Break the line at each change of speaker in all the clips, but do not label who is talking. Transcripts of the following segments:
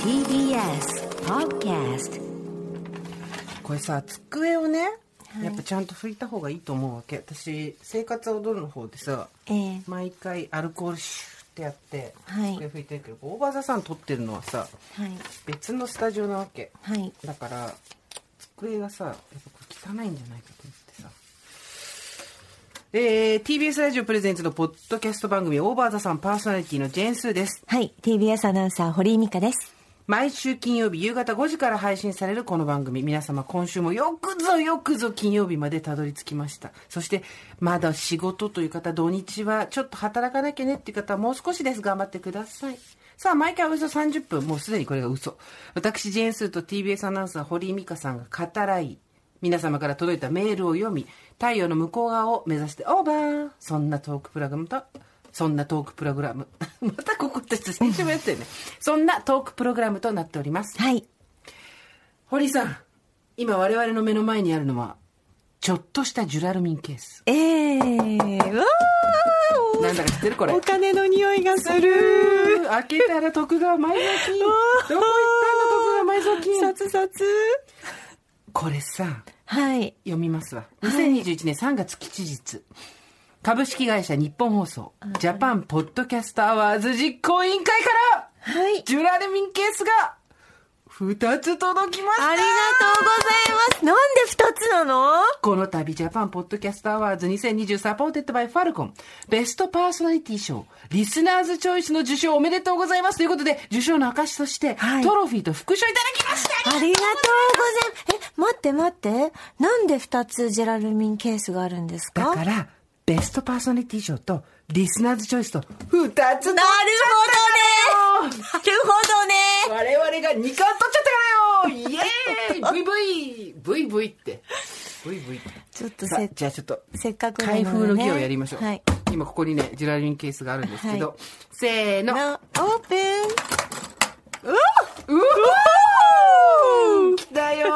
TBS Podcast
これさ机をねやっぱちゃんと拭いた方がいいと思うわけ私「生活は踊る」の方でさ
ええ
毎回アルコールシューってやって
はい
机拭いてるけど、オーバーザさん撮ってるのはさ
はい
別のスタジオなわけ
はい
だから机がさやっぱこれ汚いんじゃないかと思ってさえー、TBS ラジオプレゼンツのポッドキャスト番組「オーバーザさん」パーソナリティのジェーンスーです
はい TBS アナウンサー堀井美香です
毎週金曜日夕方5時から配信されるこの番組皆様今週もよくぞよくぞ金曜日までたどり着きましたそしてまだ仕事という方土日はちょっと働かなきゃねっていう方はもう少しです頑張ってくださいさあ毎回およそ30分もうすでにこれが嘘私ジェーンスーと TBS アナウンサー堀井美香さんが語らい皆様から届いたメールを読み太陽の向こう側を目指してオーバーそんなトークプログラムとそんなトークプログラム またここ私たち先週もやったよねそんなトークプログラムとなっております
はい
堀井さん今我々の目の前にあるのはちょっとしたジュラルミンケース
ええうわーお
なんだか知ってるこれ
お金の匂いがする
開けたら徳川埋蔵金どこ行ったの徳川埋蔵
さ
金
つさつ
これさ
はい
読みますわ
い
2021年3月吉日株式会社日本放送ジャパンポッドキャストアワーズ実行委員会から
はい
ジュラルミンケースが2つ届きました
ありがとうございますなんで二つなの
この度ジャパンポッドキャストアワーズ2020サポーテッドバイファルコンベストパーソナリティ賞リスナーズチョイスの受賞おめでとうございますということで受賞の証として、
はい
トロフィーと副賞いただきました
ありがとうございますえ待って待ってなんで二つジェラルミンケースがあるんですか
だからベストパーソナリティ賞とリスナーズチョイスと2つ
な
だ
るほどねなるほどね
我々が2冠取っちゃったからよイエーイブイブイブイブイってブイブイって
ちょっと
さ
せ
じゃあちょっと
せっかくなので
開
ね
封の儀をやりましょう、
はい
今ここにねジュラルミンケースがあるんですけど、
はい
せーの
なオープンうわ
うわー来たよ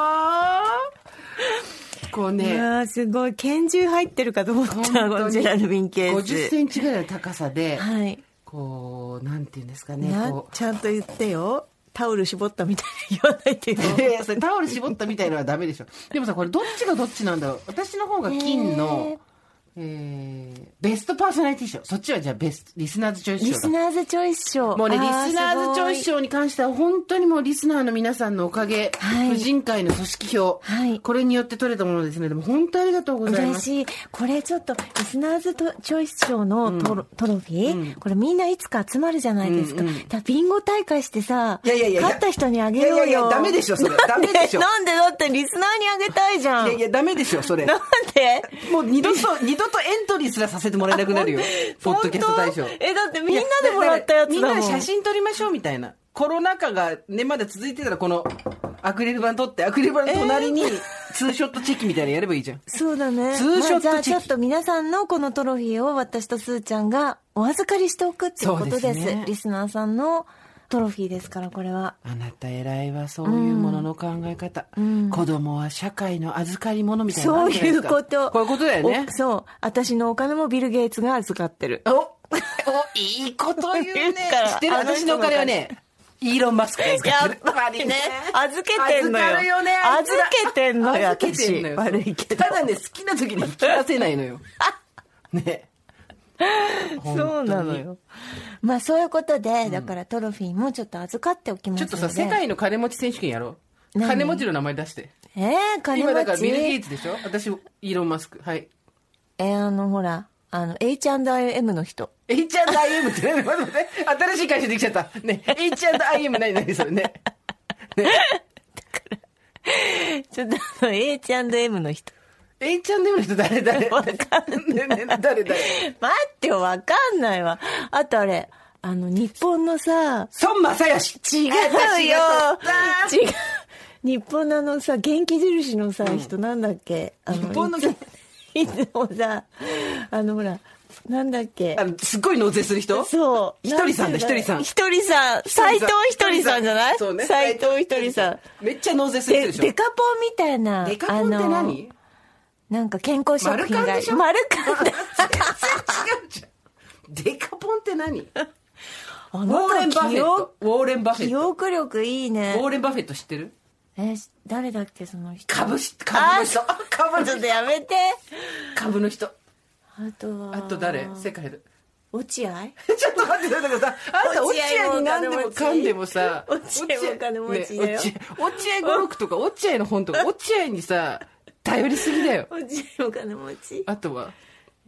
ーこう
い
ね
やーすごい拳銃入ってるかと思ったこのジェラルミンケー
50
ス
センチぐらいの高さで、
はい
こうなんていうんですかね
な
こう
ちゃんと言ってよタオル絞ったみたいに言わないでよ
いやそれタオル絞ったみたいのはダメでしょでもさこれどっちがどっちなんだろう私の方が金の、えーベストパーソナリティ賞そっちはじゃあベストリスナーズチョイス賞
リ
だ
スナーズチョイス賞
もうね、
あ
リ
ー
スナーズチョイス
すごい
賞に関しては、本当にもうリスナーの皆さんのおかげ、
はい
婦人会の組織票、
はい
これによって取れたものですね。でも本当ありがとうございま
嬉
す。
しいこれちょっとリスナーズとチョイス賞のトロ,、トロフィー、これみんないつか集まるじゃないですか、
うんうん
だからビンゴ大会してさ
いやいやいや
勝った人にあげようよ
いやいやいやダメでしょそれ
なん
ダメでし ょ
なんでだってリスナーにあげたいじゃん
いやいや、ダメでしょ、そ れ。
なんで
もう二 度と、二度とエントリーすらさせてもらえなくなるよ。ポッドキャスト大賞。
本当えだってみんなでもらったやつだもん
いみんなで写真撮りましょうみたいな。コロナ禍がね、まだ続いてたら、この、アクリル板撮って、アクリル板の隣に、ツーショットチェキみたいなのやればいいじゃん。
そうだね
ツーショット
まあ
チ
じ
ェ
ゃあ
キ
ちょっと皆さんのこのトロフィーを私とすーちゃんがお預かりしておくっていうことです
そうですね
リスナーさんのトロフィーですからこれは
あなた偉いわ、そういうものの考え方。
ん
子供は社会の預かり物みたいなのあ
そう
るじゃない
い
で
う
すか。
こと
こういうことだよね
お。そう私のお金もビル・ゲイツが預かってる
お、お、いいこと言う
言う
ね
から。
知ってる
あの
私
人
の
の
お金はね、イーロン・マスクが預かってる
預けてんのよ
預かるよね。あいつら
預けてんのよ
預けてんのよ。
私悪いけど
ただね、好きな時に引き出せな いのよ。ね。
そうなのよまあそういうことで、だからトロフィーもちょっと預かっておきますの
ちょっ
で
とさ、世界の金持ち選手権やろう。
何
金持ちの名前出して。
えー、金持ち
今だからビル・ゲイツでしょ私、イーロン・マスク。はい。
えーあのほらあの H&M の人
H&IM って何待って待って新しい会社できちゃった。ね。H&IM 何何それね。
ちょっとあの H&M の人
H&M の人誰誰
わかん
ねね誰誰
待ってよわかんないわあとあれあの日本のさ
孫正義
違うよ 違う日本のあのさ元気印のさ、人なんだっけあ
日本の
いついつもさあのほらなんだっけ
あの、すっごい納税する人
そう
ひとりさんだ
なていうの
ひ
ひとりさん斎藤ひとりさんじゃない
そうね。
斎藤ひとりさん
めっちゃ納税する人
で
でしょ。
デカポンみたいな
デカポンって
あの
何
なんか健康食品
丸缶
が
でしょ
丸缶だ
全然違うじゃん。デカポンって何
あ
ウ
な
ォーレ
た
ン・バフ
記
ェッ
憶
トウォーレン・バフェッ
記
ト
憶力いい
ウォー
ね
レン・バフェット知ってる
えし誰だっけその人
株し株の人
ちょっ
株の人
とやめて
株の人
あとは
あと誰世 界の
落合
ちょっと待ってだからさあんた落
落合
合
も
に何でもかんでもさ
落合もお金持ちだよ
ね落合落合語録とか落合の 本とか落合にさ頼りすぎだよ
落合お金持ち
あとは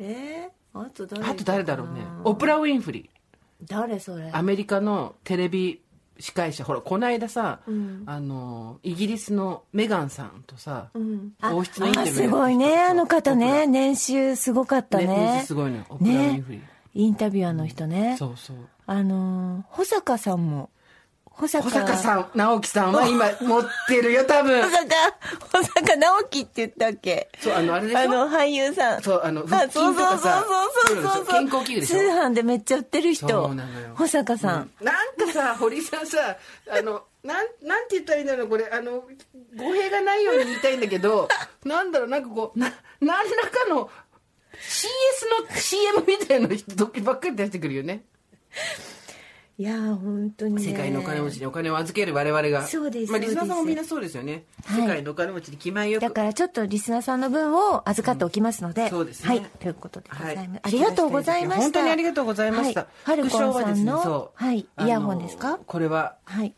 えー、あと誰
あと誰だろうね
うん
オプラ・ウィンフリ
誰それ
ーアメリカのテレビ司会者ほらこの間さ、
ん
あのイギリスのメガンさんとさ、
うんあ
王室のインタビュー
あすごいねあの方
オプ
ね
ラ
年収すごかったね
ねすごいのよオプラ・ウィンフリー、
インタビュアーの人ね
そうそう
あのー保坂さんも保坂
小坂さん直樹さんは今持ってるよ多
保
分
坂保坂直樹って言ったっけ
そうあのあれでしょ
あの俳優さん
そうあの
あ
腹筋とかさ
そうそうそうそうそう
そういうのでしょ健康器具でしょ
通販でめっちゃ売ってる
そ
人
うなのよ
保坂さん、
なんかさ堀井さんさあのなんなんて言ったらいいんだろうこれあの語弊がないように言いたいんだ けどなんだろうなんかこうな何らかの CS の CM みたいな時ばっかり出してくるよね
いやー本当に、ね、
世界のお金持ちにお金を預ける我々が
そうです
まあ、リスナーさん
そ
も
うです
みんなそうですよね、
はい
世界のお金持ちに気前よ
だ
く
からちょっとリスナーさんの分を預かっておきますので、
んそうですね
はいということでございます、
はい
ありがとうございました
本当にありがとうございました、
はい、
副
ル
賞
コンさんの
そ
はい
あの
イヤホンですか
これは
はい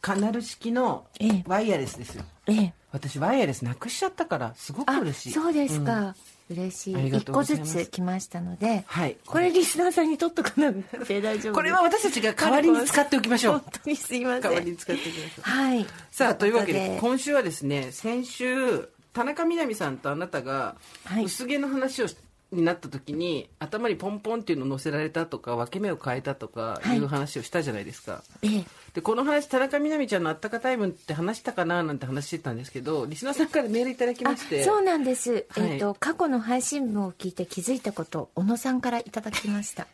カナル式の
ええ
ワイヤレスですよ、
ええ
私ワイヤレスなくしちゃったからすごく
あ
嬉しい
そうですか、嬉しい
ありが
一
とうご
個
ざい
ず
ます
つ来ましたので、
はい
これリスナーさんに取っとかなくて大丈夫です
これは私たちが代わりに使っておきましょう
本当にすいません
代わりに使っておきましょう
はい
さあというわけで
こ
今週はですね先週田中みな実さんとあなたが
はい
薄毛の話をしになった時に頭にポンポンっていうのを乗せられたとか分け目を変えたとか
はいいう
話をしたじゃないですか、
とでええ
でこの話田中みな実ちゃんのあったかタイムって話したかななんて話してたんですけどリスナーさんからメールいただきま
あ
して
そうなんです、
はい
えっ、と過去の配信分を聞いて気づいたこと小野さんからいただきました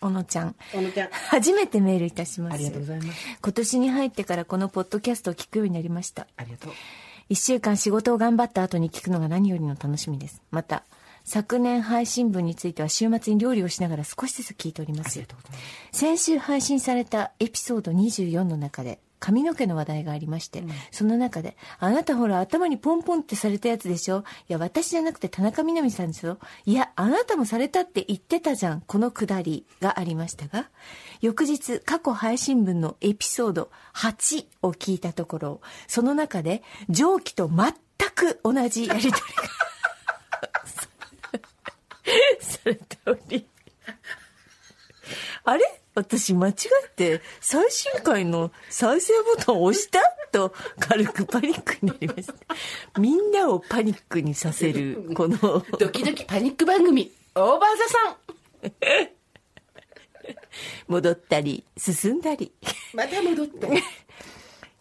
小野ちゃん
小野ちゃん
初めてメールいたします
ありがとうございます
今年に入ってからこのポッドキャストを聞くようになりました
ありがとう
1週間仕事を頑張った後に聞くのが何よりの楽しみですまた昨年配信分については週末に料理をしながら少しずつ聞いておりま
あり
す
がとうございます
先週配信されたエピソード24の中で髪の毛の話題がありまして、その中で「あなたほら頭にポンポンってされたやつでしょいや私じゃなくて田中みな実さんですよいやあなたもされたって言ってたじゃんこのくだり」がありましたが翌日過去配信分のエピソード8を聞いたところその中で蒸気と全く同じやり取りがされており あれ私間違って最新回の再生ボタンを押したと軽くパニックになりました。みんなをパニックにさせる、この、
ドキドキパニック番組オーバーザさん
戻ったり、進んだり。
また戻って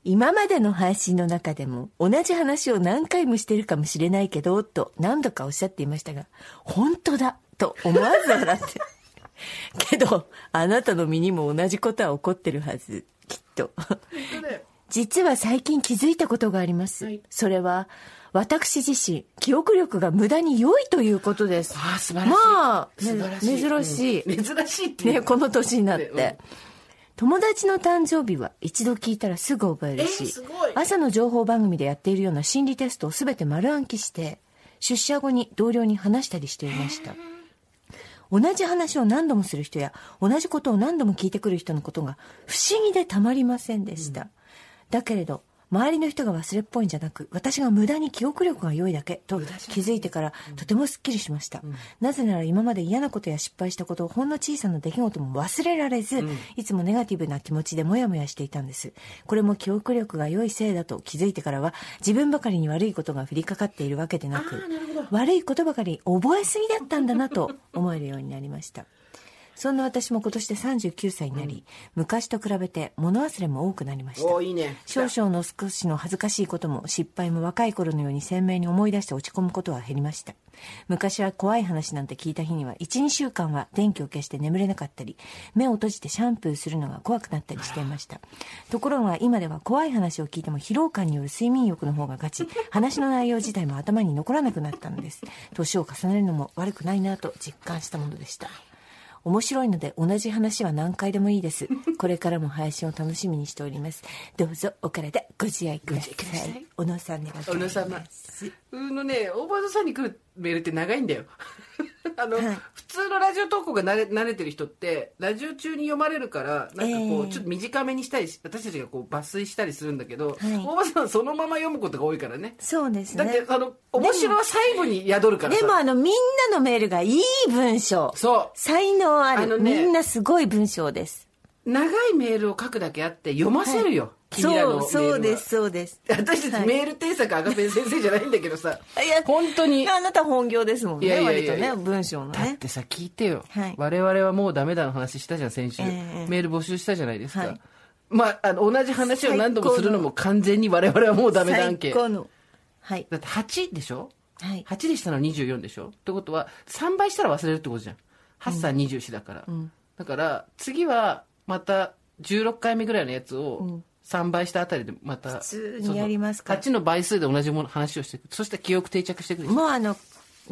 今までの配信の中でも同じ話を何回もしてるかもしれないけど、と何度かおっしゃっていましたが、本当だと思わず笑って。けど、あなたの身にも同じことは起こってるはず、きっと。実は最近気づいたことがあります、
はい
それは私自身記憶力が無駄に良いということです
ああ素晴らしい、
まあ
素晴らしい
珍しい、
うん珍しいっていう
ね、この年になって、
ね
友達の誕生日は一度聞いたらすぐ覚えるし、
えーすごい
朝の情報番組でやっているような心理テストを全て丸暗記して出社後に同僚に話したりしていました同じ話を何度もする人や同じことを何度も聞いてくる人のことが不思議でたまりませんでした、だけれど周りの人が忘れっぽいんじゃなく私が無駄に記憶力が良いだけと気づいてからとてもすっきりしました、なぜなら今まで嫌なことや失敗したことをほんの小さな出来事も忘れられず、いつもネガティブな気持ちでモヤモヤしていたんですこれも記憶力が良いせいだと気づいてからは自分ばかりに悪いことが降りかかっているわけでなく悪いことばかり覚えすぎだったんだなと思えるようになりましたそんな私も今年で39歳になり、昔と比べて物忘れも多くなりました
おーいいね
少々の少しの恥ずかしいことも失敗も若い頃のように鮮明に思い出して落ち込むことは減りました昔は怖い話なんて聞いた日には12週間は電気を消して眠れなかったり目を閉じてシャンプーするのが怖くなったりしていましたところが今では怖い話を聞いても疲労感による睡眠欲の方が勝ち話の内容自体も頭に残らなくなったのです年を重ねるのも悪くないなと実感したものでした面白いので同じ話は何回でもいい ですこれからも配信を楽しみにしておりますどうぞお体ご自愛ください
ご自愛ください
小野さんでござい
小野
ます
様うんのねオーバードさんに来るメールって長いんだよ あの、
はい
普通のラジオ投稿が慣れ慣れてる人ってラジオ中に読まれるからなんかこう、
ええ
ちょっと短めにしたりし私たちがこう抜粋したりするんだけど、
はい
大場さんはそのまま読むことが多いからね
そうです
だっ
ね
てあの面白は細部に宿るからさ
でもあのみんなのメールがいい文章
そう
才能ある
あのね
みんなすごい文章です
長いメールを書くだけあって読ませるよ、君らのメール
そう
は
そうですそう です
私た
は
ち
い
メール添削赤ペン先生じゃないんだけどさ
いや
本当に
あなた本業ですもんね
いやいやいやいや
割とね文章の
だっ
ね
てさ聞いてよ、
はい
我々はもうダメだの話したじゃん先週、
ええ
メール募集したじゃないですか、
はい
まああの同じ話を何度もするのも完全に我々はもうダメだ案件
最高のはい
だって8でしょ
はい
8でしたの24でしょってことは3倍したら忘れるってことじゃん8三24だから、だから次はまた16回目ぐらいのやつを3倍したあたりでま
普
た
通にやりますから
8の倍数で同じもの話をしていくそしたら記憶定着していくでしょ
もうあの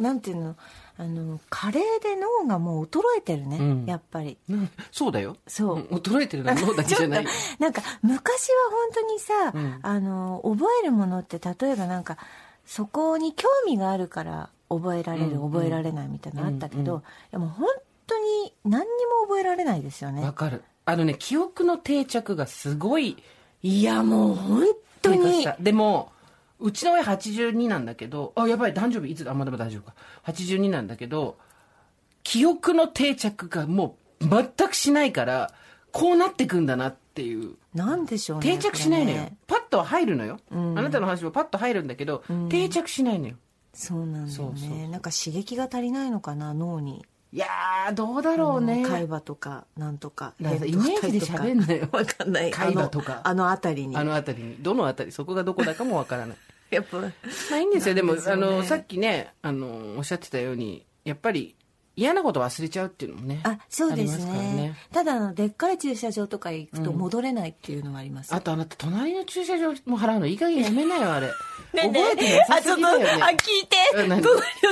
なんていうのあの加齢で脳がもう衰えてるね、
うん
やっぱり
うんそうだよ
そうん
衰えてるのは脳だけじ ゃないよ
なんか昔は本当にさ、
うん
あの覚えるものって例えばなんかそこに興味があるから覚えられる、
うんうん
覚えられないみたいなのあったけど、
うんうん
いやもう本当に何にも覚えられないですよ
わ
ね
かるあのね記憶の定着がすごい
いやもう本当
低下
に
したでもうちの親82なんだけどあやばい誕生日いつだあまあでも大丈夫か82なんだけど記憶の定着がもう全くしないからこうなってくんだなっていう
なんでしょうね
定着しないのよ、
これね
パッとは入るのよ、あなたの話もパッと入るんだけど、定着しないのよ
そうなんだよね
そうそう
なんか刺激が足りないのかな脳に、
いやーどうだろうね、
海馬とかなんとか
なんか
扁桃体
イメージで
とか
喋んなよ
わかんない
海馬とか
あのあの辺りに
あの辺りにどの辺りそこがどこだかもわからない
やっぱ
まあいいんですよでも
なんですよ
あ
ね
のさっきねあのおっしゃってたようにやっぱり嫌なこと忘れちゃうっていうのもね
あそうですね
ありますからね
ただあのでっかい駐車場とか行くと戻れないっていうのもあります、
あとあなた隣の駐車場も払うのいい加減やめなよあれ
ね
覚
ね
えてなさ
あ
す
ちょっ
ぎ
と
だ
あ
よ
聞い
ね
て
え
隣の
何
駐車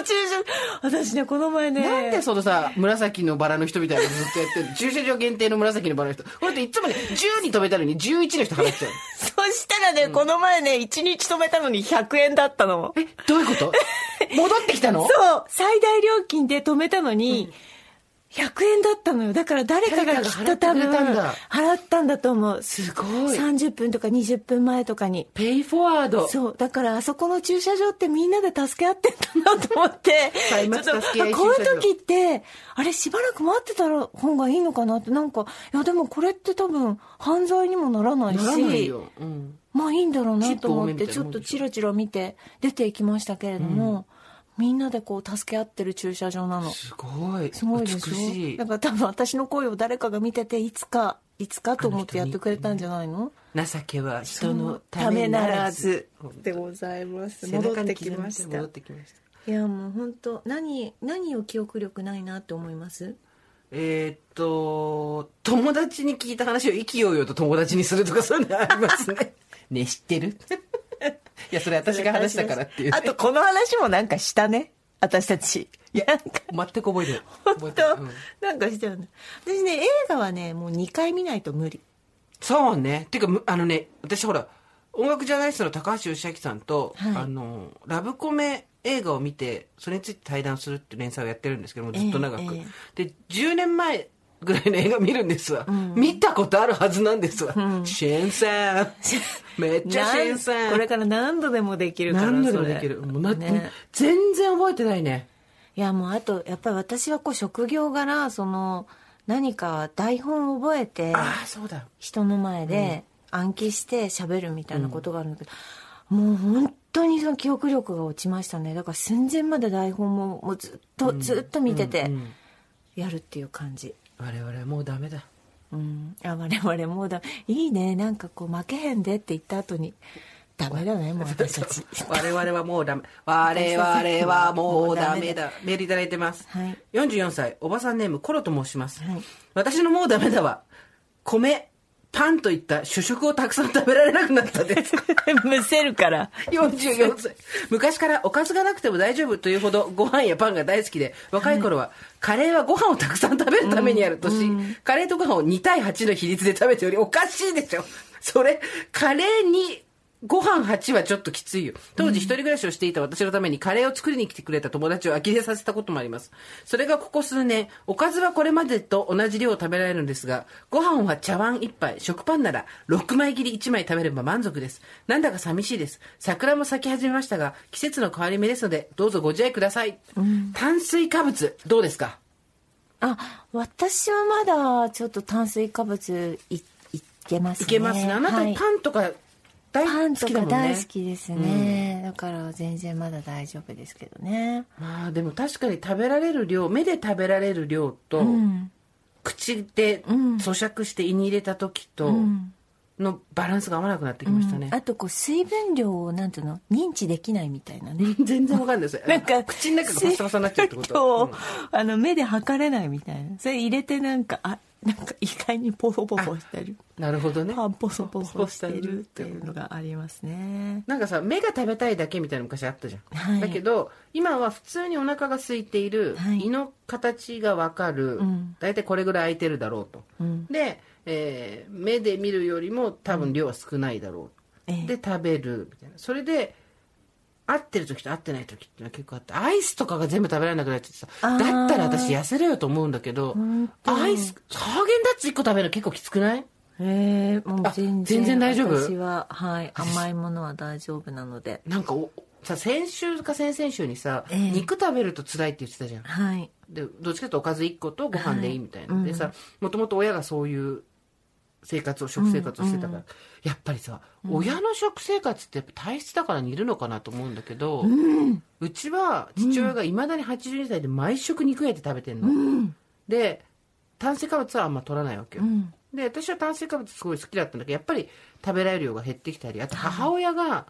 場私ねこの前ね
なんでそのさ紫のバラの人みたいなのずっとやってる駐車場限定の紫のバラの人これっていつもね10に止めたのに11の人払っちゃう
そしたらね、この前ね1日止めたのに100円だったの
えどうい うこと戻ってきたの
そう最大料金で止めたのに、100円だったのよだから誰かが
誰
き
か
っ
が払
と
って
多
くれ
分
たんだ
払ったんだと思う
すごい
30分とか20分前とかに
ペイフォワード
そうだからあそこの駐車場ってみんなで助け合ってんだなと思って
歳末
ちょっと
助け合い
こうい
駐車
う
場
時ってあれしばらく待ってた方がいいのかなってなんかいやでもこれって多分犯罪にもならないし
ならないよ、うん、
まあいいんだろうなと思っ
チップ多めみ
て
たいな
ちょっとチラチラ見て出ていきましたけれども、みんなでこう助け合ってる駐車場なの
すごい
すごいでしょ
美しい
だから多分私の声を誰かが見てていつかいつかと思ってやってくれたんじゃないの
情けは人の
た
た
め
め
な
な
ら
ら
ず
ず
でございます
背
戻
中
って
に
き
刻
ま
ま
し
した戻
い
ってきました
やもう本当何何を記憶力ないなって思います
えーっと友達に聞いた話を意気揚々と友達にするとかそういうのありますね ね知ってる いやそれ私が話したからっていう、
あとこの話もなんかしたね私たちいやなんか
全く覚えてない覚
本
えてない
当、
うん
なんかしてるの私ね映画はねもう2回見ないと無理
そうねっていうかむあのね私ほら音楽ジャーナリストの高橋義明さんと、
はい
あのラブコメ映画を見てそれについて対談するって連載をやってるんですけどもずっと長く、
ええ
で10年前ぐらいの映画見るんですわ、
ん
見たことあるはずなんですわ、新鮮めっちゃ新
なん
鮮
これから何度でもできるから
何度でも
それ
できるもうな、
ね
全然覚えてないね
いやもうあとやっぱり私はこう職業柄その何か台本を覚えて
ああそうだ
人の前で暗記して喋るみたいなことがあるんだけど、もう本当にその記憶力が落ちましたねだから寸前まで台本ももうずっと、ずっと見てて
うんうん
やるっていう感じ
我々はもうダメだ
うんあ我々もうだいいねなんかこう負けへんでって言った後にダメ だねもう私たち
我々はもうダメ我々はもうダメだメールいただいてます、
はい
44歳おばさんネームコロと申します、
はい
私のもうダメだは米パンといった主食をたくさん食べられなくなったです
むせるから。
44歳昔からおかずがなくても大丈夫というほどご飯やパンが大好きで若い頃はカレーはご飯をたくさん食べるためにやるとし、カレーとご飯を2対8の比率で食べておりおかしいでしょそれカレーにご飯8はちょっときついよ。当時一人暮らしをしていた私のためにカレーを作りに来てくれた友達を呆れさせたこともあります。それがここ数年、おかずはこれまでと同じ量を食べられるんですが、ご飯は茶碗1杯、食パンなら6枚切り1枚食べれば満足です。なんだか寂しいです。桜も咲き始めましたが、季節の変わり目ですので、どうぞご自愛ください。炭水化物、どうですか
あ、私はまだちょっと炭水化物いいけますね。
いけますね。あなた
はい
パンとか大
パン
好
と
き
か
だもんね。
大好きですね、だから全然まだ大丈夫ですけどね
まあでも確かに食べられる量目で食べられる量と、
うん
口で
うん
咀嚼して胃に入れた時と
うん
のバランスが合わなくなってきましたね、
あとこう水分量をなんていうの認知できないみたいなね
全然わかんないですよ
なんか
口の中がパサパサになっちゃうってこ
水分量
と、
をあの目で測れないみたいなそれ入れてなんかあなんか意外にポソポソしてる
うんなるほどね
パンポソポソしてるっていうのがありますね
なんかさ目が食べたいだけみたいなの昔あったじゃん、
はい
だけど今は普通にお腹が空いている、
はい
胃の形がわかる、
ん
大体これぐらい空いてるだろうと、
うん
で、えー目で見るよりも多分量は少ないだろう、
うんええ
で食べるみたいなそれで合ってる時と合ってない時っていうのは結構あってアイスとかが全部食べられなくなっちゃってさ
あー
だったら私痩せれよと思うんだけど
本当
アイスハーゲンダッツ1個食べるの結構きつくない
えー、もう
あ
全然
全然大丈夫
私は はい甘いものは大丈夫なので
なんかおさ先週か先々週にさ、
ええ
肉食べると辛いって言ってたじゃん
はい
でどっちかというとおかず1個とご飯でいいみたいな、
はい
でさもともと親がそういう生活を食生活をしてたから、やっぱりさ、親の食生活ってやっぱ体質だから似るのかなと思うんだけど、うちは父親がいまだに82歳で毎食肉屋で食べてんの、で炭水化物はあんま取らないわけよ、
うん
で私は炭水化物すごい好きだったんだけどやっぱり食べられる量が減ってきたりあと母親が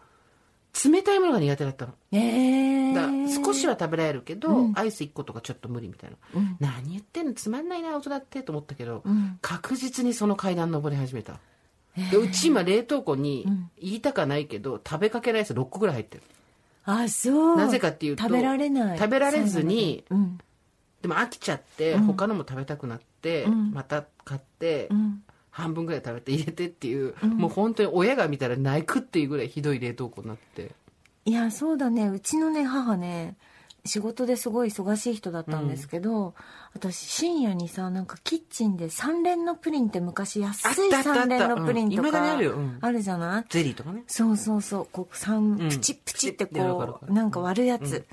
冷たいものが苦手だったの
ええ
だから
ー、
少しは食べられるけど、
うん
アイス1個とかちょっと無理みたいな、
うん
何言ってんのつまんないな大人ってと思ったけど、
うん
確実にその階段登り始めたでうち今冷凍庫に
うん
言いたかないけど、食べかけライス6個ぐらい入ってる
あそう
なぜかっていうと
食べられない
食べられずに
最後まで
でも飽きちゃって、
うん
他のも食べたくなって、
うん
また買って、
うん、うん
半分ぐらい食べて入れてっていう、
うん
もう本当に親が見たら泣くっていうぐらいひどい冷凍庫になって
いやそうだねうちのね母ね仕事ですごい忙しい人だったんですけど、私深夜にさなんかキッチンで三連のプリンって昔安い三連のプリンと
いまだにあ
か
るよ、うん
あるじゃない
ゼリーとかね
そうそうそうこう三、
うん
プチプチって
プチってわかるわ
こ
か
う
る
なんか割るやつ、
うん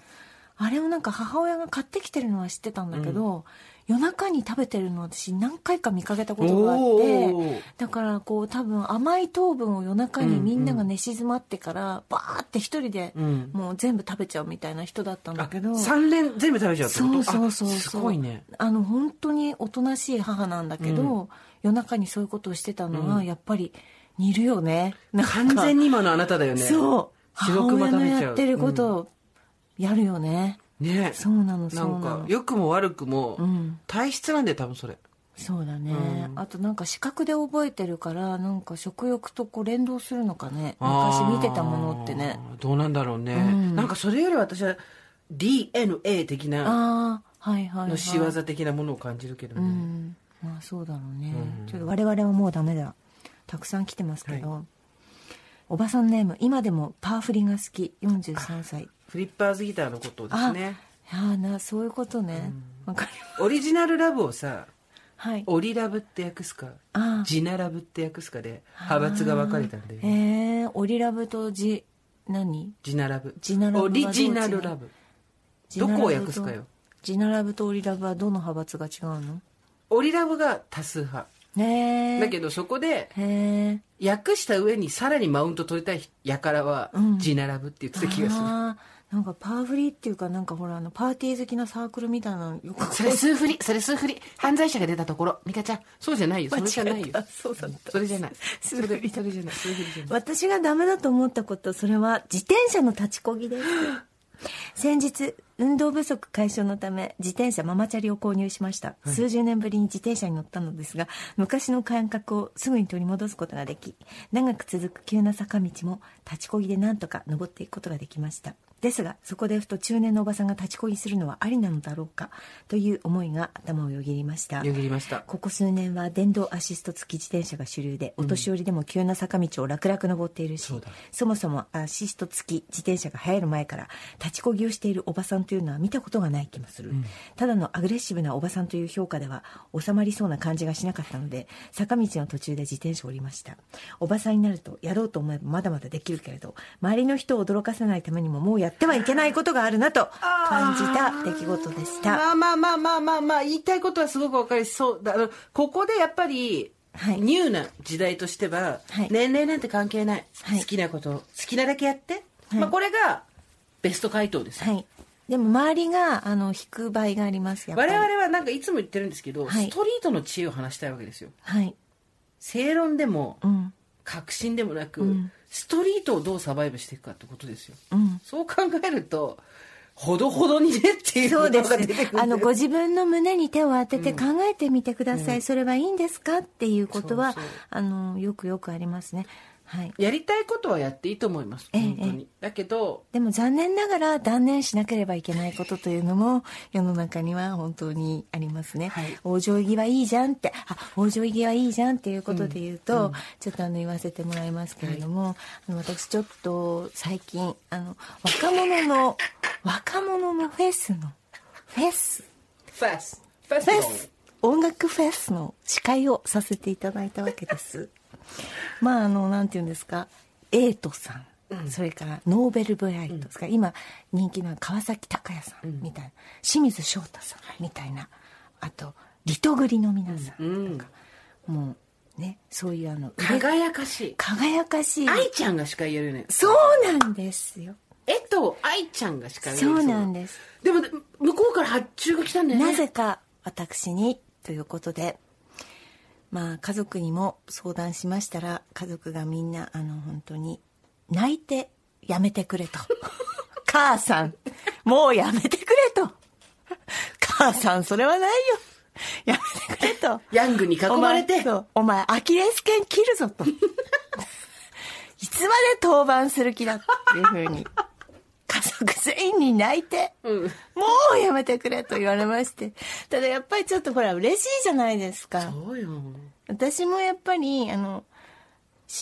あれをなんか母親が買ってきてるのは知ってたんだけど、夜中に食べてるのを私何回か見かけたことがあって。
ー
だからこう多分甘い糖分を夜中にみんなが寝静まってからバーって一人で
うん
もう全部食べちゃうみたいな人だったんだ
あ
けど、
三連全部食べちゃうって
そ
こと
うそうそうそう
あすごいね
あの本当におとなしい母なんだけど、
う
夜中にそういうことをしてたの
う
は
ん
やっぱり似るよねなんか
完全に今のあなただよね
そう
白
母
熊
親
食
の
べちゃう
やってることをやるよね、
ね
そうなの
な
そうんな
か
の
良くも悪くも、
うん
体質なんだよ多分それ
そうだね、
うん
あとなんか視覚で覚えてるからなんか食欲とこう連動するのかね昔
あー
見てたものってね
どうなんだろうね、
うん
なんかそれより私は DNA 的な
ああはいはい、はい、
の仕業的なものを感じるけどね、
うんまあそうだろうね、
うん
ちょっと我々はもうダメだたくさん来てますけど、おばさんネーム今でもパーフリが好き43歳
フリッパーズギターのことですね
ああなそういうことねわ、かります
オリジナルラブをさ
はい
オリラブって訳すか
ああ
ジナラブって訳すかで派閥が分かれたんだよ
へ
ね
えオリラブとジ何
ジナラブ
ジナラブは
オ
どう違う
リジナルラブどこを訳すかよ
ジナラブとオリラブはどの派閥が違うの
オリラブが多数派
ねえ
だけどそこで
へえ
訳した上にさらにマウント取りたい輩は
うん
地並ぶって言ってた気がする、
あーなんかパーフリっていうかなんかほらあのパーティー好きなサークルみたいなのよく
それ数振りそれ数振り犯罪者が出たところ美香ちゃんそうじゃないよそれじゃないよ
そうだった
それじゃない
数振り
それそれじゃない数振りじゃない
私がダメだと思ったことそれは自転車の立ちこぎです先日運動不足解消のため自転車ママチャリを購入しました、数十年ぶりに自転車に乗ったのですが昔の感覚をすぐに取り戻すことができ長く続く急な坂道も立ちこぎでなんとか登っていくことができましたですがそこでふと中年のおばさんが立ちこぎするのはありなのだろうかという思いが頭をよぎりました
よぎりました
ここ数年は電動アシスト付き自転車が主流でお年寄りでも急な坂道を楽々登っているし、
そうだ
そもそもアシスト付き自転車が流行る前から立ちこぎをしているおばさんというのは見たことがない気もする、ただのアグレッシブなおばさんという評価では収まりそうな感じがしなかったので坂道の途中で自転車を降りましたおばさんになるとやろうと思えばまだまだできるけれど周りの人を驚かせないためにももうやってはいけないことがあるなと感じた出来事でした
まあまあまあまあまあまあ、言いたいことはすごくわかりそうだ。あのここでやっぱり、
はい
ニューな時代としては、
はい
年齢なんて関係ない。
はい
好きなことを、好きなだけやって。
はい
まあこれが、ベスト回答です。
はい。でも周りがあの引く場合があります。やっぱり
我々はなんかいつも言ってるんですけど、
はい
ストリートの知恵を話したいわけですよ。
はい。
正論でも
う、ん
確信でもなく、
うん
ストリートをどうサバイブしていくかってことですよ。
うん。
そう考えると、ほどほどにねっていう
そう
の
で
が
す
出てくるんだよね。
あのご自分の胸に手を当てて考えてみてください、それはいいんですかっていうことは
そうそう
あのよくよくありますね、はい、
やりたいことはやっていいと思います
ええ
本当に、だけど
でも残念ながら断念しなければいけないことというのも世の中には本当にありますね。
はい
往生際はいいじゃんって、あ、往生際はいいじゃんっていうことで言うと、ちょっとあの言わせてもらいますけれども、あの私ちょっと最近、あの、若者の、若者のフェスの、フェス、
フェスフェス
フェス、音楽フェスの司会をさせていただいたわけ です。まああのなんて言うんですかエイトさん、それからノーベル・ブライトですか、今人気の川崎鷹也さんみたいな、清水翔太さんみたいな、あとリトグリの皆さんとか、もうねそういうあの腕が
輝かしい
輝かしい
愛ちゃんが司会やるよね
そうなんですよ
えっと愛ちゃんが司会やる
そうなんです
でも向こうから発注が来たんだよね
なぜか私にということで、まあ、家族にも相談しましたら家族がみんなあの本当に泣いてやめてく れと母さんもうやめてくれと母さんそれはないよやめてくれと
ヤングに囲まれて
お前そうお前アキレス腱切るぞといつまで登板する気だっていうふうに家族全員に泣いて、もうやめてくれと言われましてただやっぱりちょっとほら嬉しいじゃないですか
そうよ
私もやっぱりあの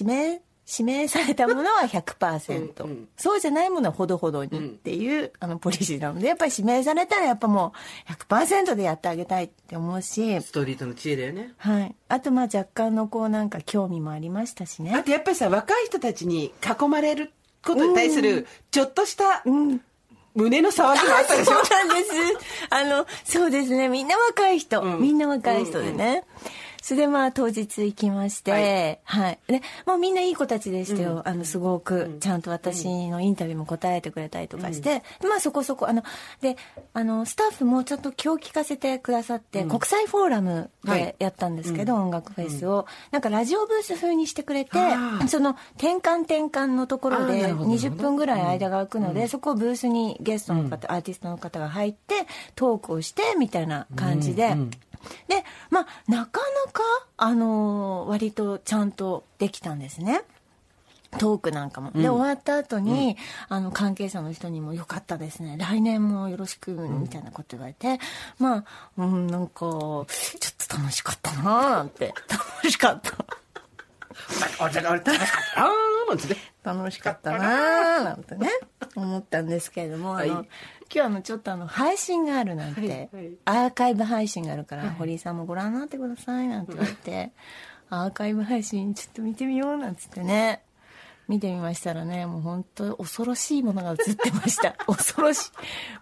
指名指名されたものは100%、
うんうん
そうじゃないものはほどほどにっていう、あのポリシーなのでやっぱり指名されたらやっぱもう100%でやってあげたいって思うし
ストリートの知恵だよね
はい、あとまあ若干のこうなんか興味もありましたしね
あとやっぱりさ若い人たちに囲まれることに対するちょっとした胸の騒ぎがあったでしょ、
そうなんです。あの、そうですね。みんな若い人。
うん
みんな若い人でね。それでまあ当日行きまして、はい。で、もうみんないい子たちでしたよ。あの、すごく、ちゃんと私のインタビューも答えてくれたりとかして、でまあそこそこ、あの、で、あの、スタッフもちょっと今日聞かせてくださって、国際フォーラム
はい
でやったんですけど、音楽フェスを、なんかラジオブース風にしてくれて
あ、ー
その転換転換のところ
あーな
で
るほどなるほ
20
ど
分ぐらい間が空くので、そこをブースにゲストの方、アーティストの方が入ってトークをしてみたいな感じで、でまあなかなかあのー割とちゃんとできたんですね。トークなんかも。で、終わった後に、あの、関係者の人にも、よかったですね。来年もよろしく、みたいなこと言われて、まあ、うん、なんか、ちょっと楽しかったなーなんて。 楽しかった。
あじゃあ俺楽しかったなーなんてね
楽しかったなーなんてね思ったんですけれども、あの
はい
今日あのちょっとあの配信があるなんて、
はいはい
アーカイブ配信があるから、堀井さんもご覧になってくださいなんて言われてアーカイブ配信ちょっと見てみようなんつってね見てみましたらねもう本当恐ろしいものが映ってました 恐ろしい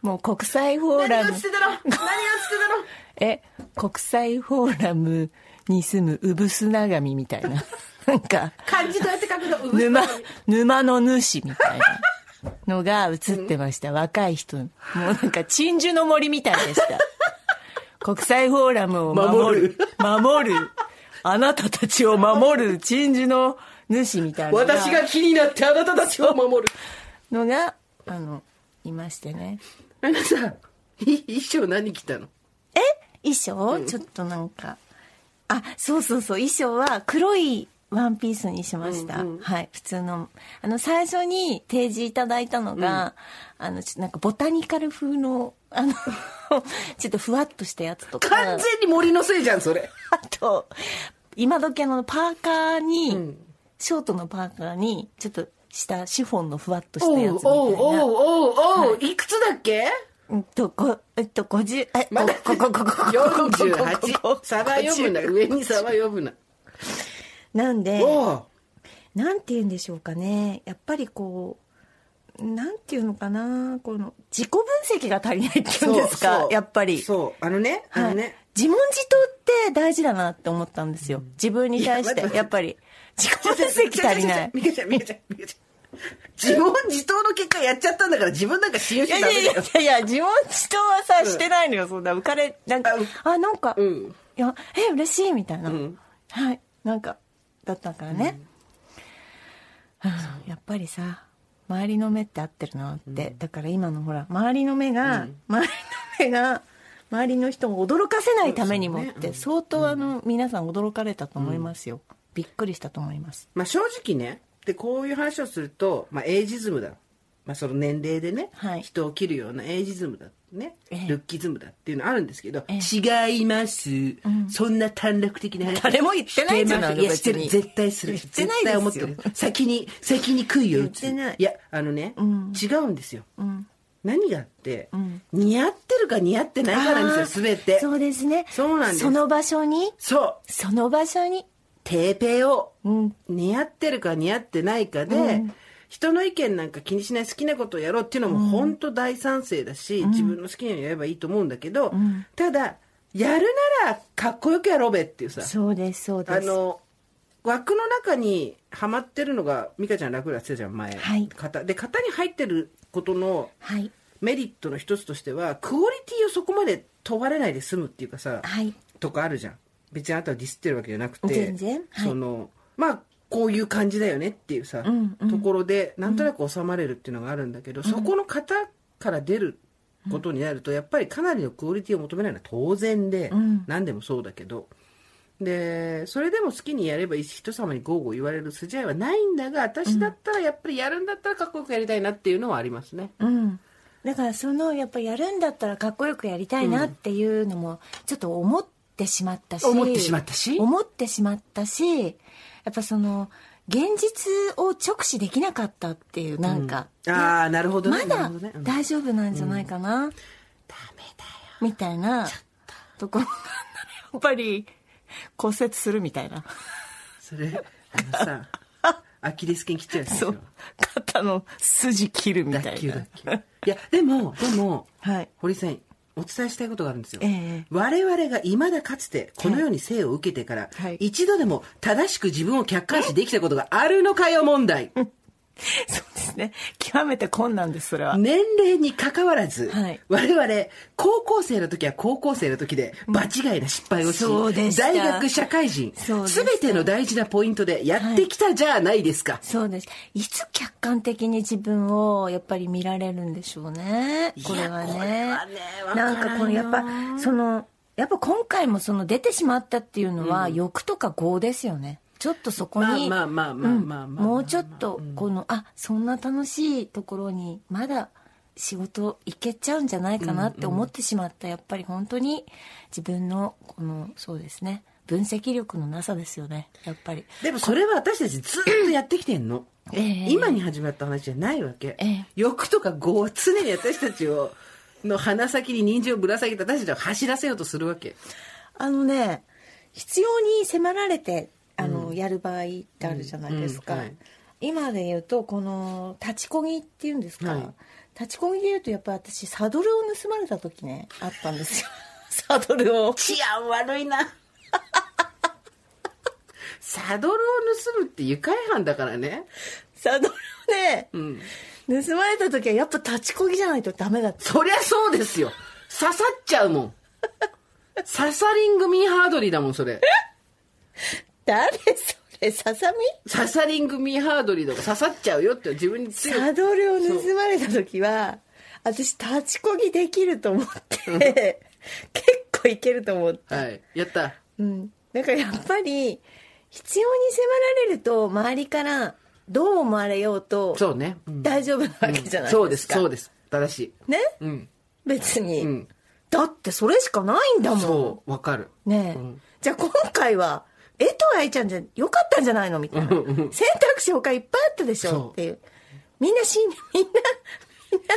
もう国際フォー
何
ラ
が
ム
落ちてたの何が落ちてたの
え国際フォーラムに住む産砂神みたいななんか
漢字どうやって書くのうぶす
沼、沼の主みたいなのが映ってました。若い人。もうなんか鎮守の森みたいで した。国際フォーラムを守る。守る。あなたたちを守る鎮守の 主みたいなのが
私が気になってあなたたちを守る
のが、あの、いましてね
あなたい衣装何着たの
衣装、ちょっとなんかあそうそうそう衣装は黒いワンピースにしました、
うんうん
はい普通のあの最初に提示いただいたのが、あのちょっとなんかボタニカル風のあのちょっとふわっとしたやつとか
完全に森のせいじゃんそれ
あと今時あのパーカーに、
ん
ショートのパーカーにちょっとしたシフォンのふわっとしたや
お
つみ
う
た
おう
いな
おうおうおういくつだっけ
うんとごえっと50え
まだ
こここここここここここ
48サバ呼ぶな上にサバ呼ぶな
なんで
おう
なんて言うんでしょうかねやっぱりこうなんていうのかなこの自己分析が足りないっていうんですか
そう
やっぱり、
そうあのねあ
は
の
い
ね、
自問自答って大事だなって思ったんですよ、自分に対し
いや待ってて
やっぱり自己分析足りない
みかちゃんみかちゃんみかちゃん自問自答の結果やっちゃったんだから自分なんか信用し
い
ち
や
ゃ
い
ダ
や
メ
い
だ
や
よ
いや自問自答はさしてないのよそんな浮かれなんかあなんか、
うん
いやえ嬉しいみたいな、
ん
はいなんかだったからね、うんやっぱりさ周りの目って合ってるなって、だから今のほら周りの目が、周りの目が周りの人を驚かせないためにもっ
そうそうね
て相当あの、皆さん驚かれたと思いますよ、びっくりしたと思います
まあ正直ねでこういう話をすると、まあ、エイジズムだ、まあ、その年齢でね、
はい
人を切るようなエイジズムだね、
ええ
ルッキズムだっていうのあるんですけど、
え
違います、そんな短絡的な話
誰も言ってないじゃない
してませんいやして
別に
る絶対する
言ってないですよ
絶対思ってる先に先に杭を打つ
言ってない
やあのね、違うんですよ、
ん
何があって、似合ってるか似合ってないかなんですよ全て
そうですね
そうなんです
その場所に
そう
その場所に
テーペーを
うん
似合ってるか似合ってないかで、人の意見なんか気にしない好きなことをやろうっていうのも本当大賛成だし、自分の好きなのやればいいと思うんだけど、ただやるならかっこよくやろうべっていうさ
そうですそうです
あの枠の中にはまってるのが美香ちゃん楽だって言ってたじゃん前、
はい
型で型に入ってることの
はい
メリットの一つとしてはクオリティをそこまで問われないで済むっていうかさ、
はい
とかあるじゃん別にあなたはディスってるわけじゃなくて
全然はい
そのまあこういう感じだよねっていうさ、
うんうん
ところでなんとなく収まれるっていうのがあるんだけど、そこの型から出ることになるとやっぱりかなりのクオリティを求めないのは当然で、
ん
何でもそうだけどでそれでも好きにやればいいし人様に豪語言われる筋合いはないんだが私だったらやっぱりやるんだったらかっこよくやりたいなっていうのはありますね。
うん、だからそのやっぱやるんだったらかっこよくやりたいなっていうのもちょっと思ってしまったし、
思ってしまったし
思ってしまったしやっぱその現実を直視できなかったっていうなんか、
ああなるほど
ま
ね。なる
だ
ほどねうん
大丈夫なんじゃないかな、みたいなところがやっぱり骨折するみたいな
それあの さアキレス腱切っちゃうやつでし
そ
ょ
う肩の筋切るみた
脱
い
臼
な
脱臼いやでもでも
はい
堀さんお伝えしたいことがあるんですよ、
ええ
我々がいまだかつてこのように生を受けてから、
はい
一度でも正しく自分を客観視できたことがあるのかよ問題
そうですね極めて困難ですそれは
年齢にかかわらず、
はい
我々高校生の時は高校生の時で場違いな失敗をし、
そうでした
大学社会人
そうでした
全ての大事なポイントでやってきたじゃないですか、
そうです。いつ客観的に自分をやっぱり見られるんでしょうね。これはね。
これはねわから
なんんかこのやっぱそのやっぱ今回もその出てしまったっていうのは欲とか業ですよね。ちょっとそこに
まあまあまあまあまあまあ
うん
まあ
もうちょっとこの、あそんな楽しいところにまだ仕事行けちゃうんじゃないかなって思ってしまった、やっぱり本当に自分のこのそうですね分析力のなさですよねやっぱり。
でもそれは私たちずっとやってきてんの。
ええ
今に始まった話じゃないわけ。
ええ
欲とか業は常に私たちを、の鼻先に人参をぶら下げて私たちを走らせようとするわけ。
あのね必要に迫られてあの、やる場合ってあるじゃないですか、
うんうんはい
今で言うとこの立ちこぎっていうんですか、
はい
立ちこぎで言うとやっぱ私サドルを盗まれた時ねあったんですよ サドルを
治安悪いな。 サドルを盗むって愉快犯だからね。
サドルをね、
うん。
盗まれた時はやっぱ立ちこぎじゃないとダメだって
そりゃそうですよ。刺さっちゃうもん。刺さリングミーハードリーだもん、それ。
誰それささみ
刺さリングミーハードリーだもん。刺さっちゃうよって自分に強く
サドルを盗まれた時は私立ちこぎできると思って結構いけると思って、
はい。やった。
うん、だからやっぱり必要に迫られると周りからどう思われようと
そうね。うん
大丈夫なわけじゃないですか、
そうです、そうです。正しい。
ね
うん。
別に、
うん。
だってそれしかないんだも
そう、わかる。
んねえ、
うん
じゃあ今回は江藤愛ちゃんじゃよかったんじゃないのみたいな
うんう
選択肢他いっぱいあったでし
そう
ょっていうみんな死んみんなみんな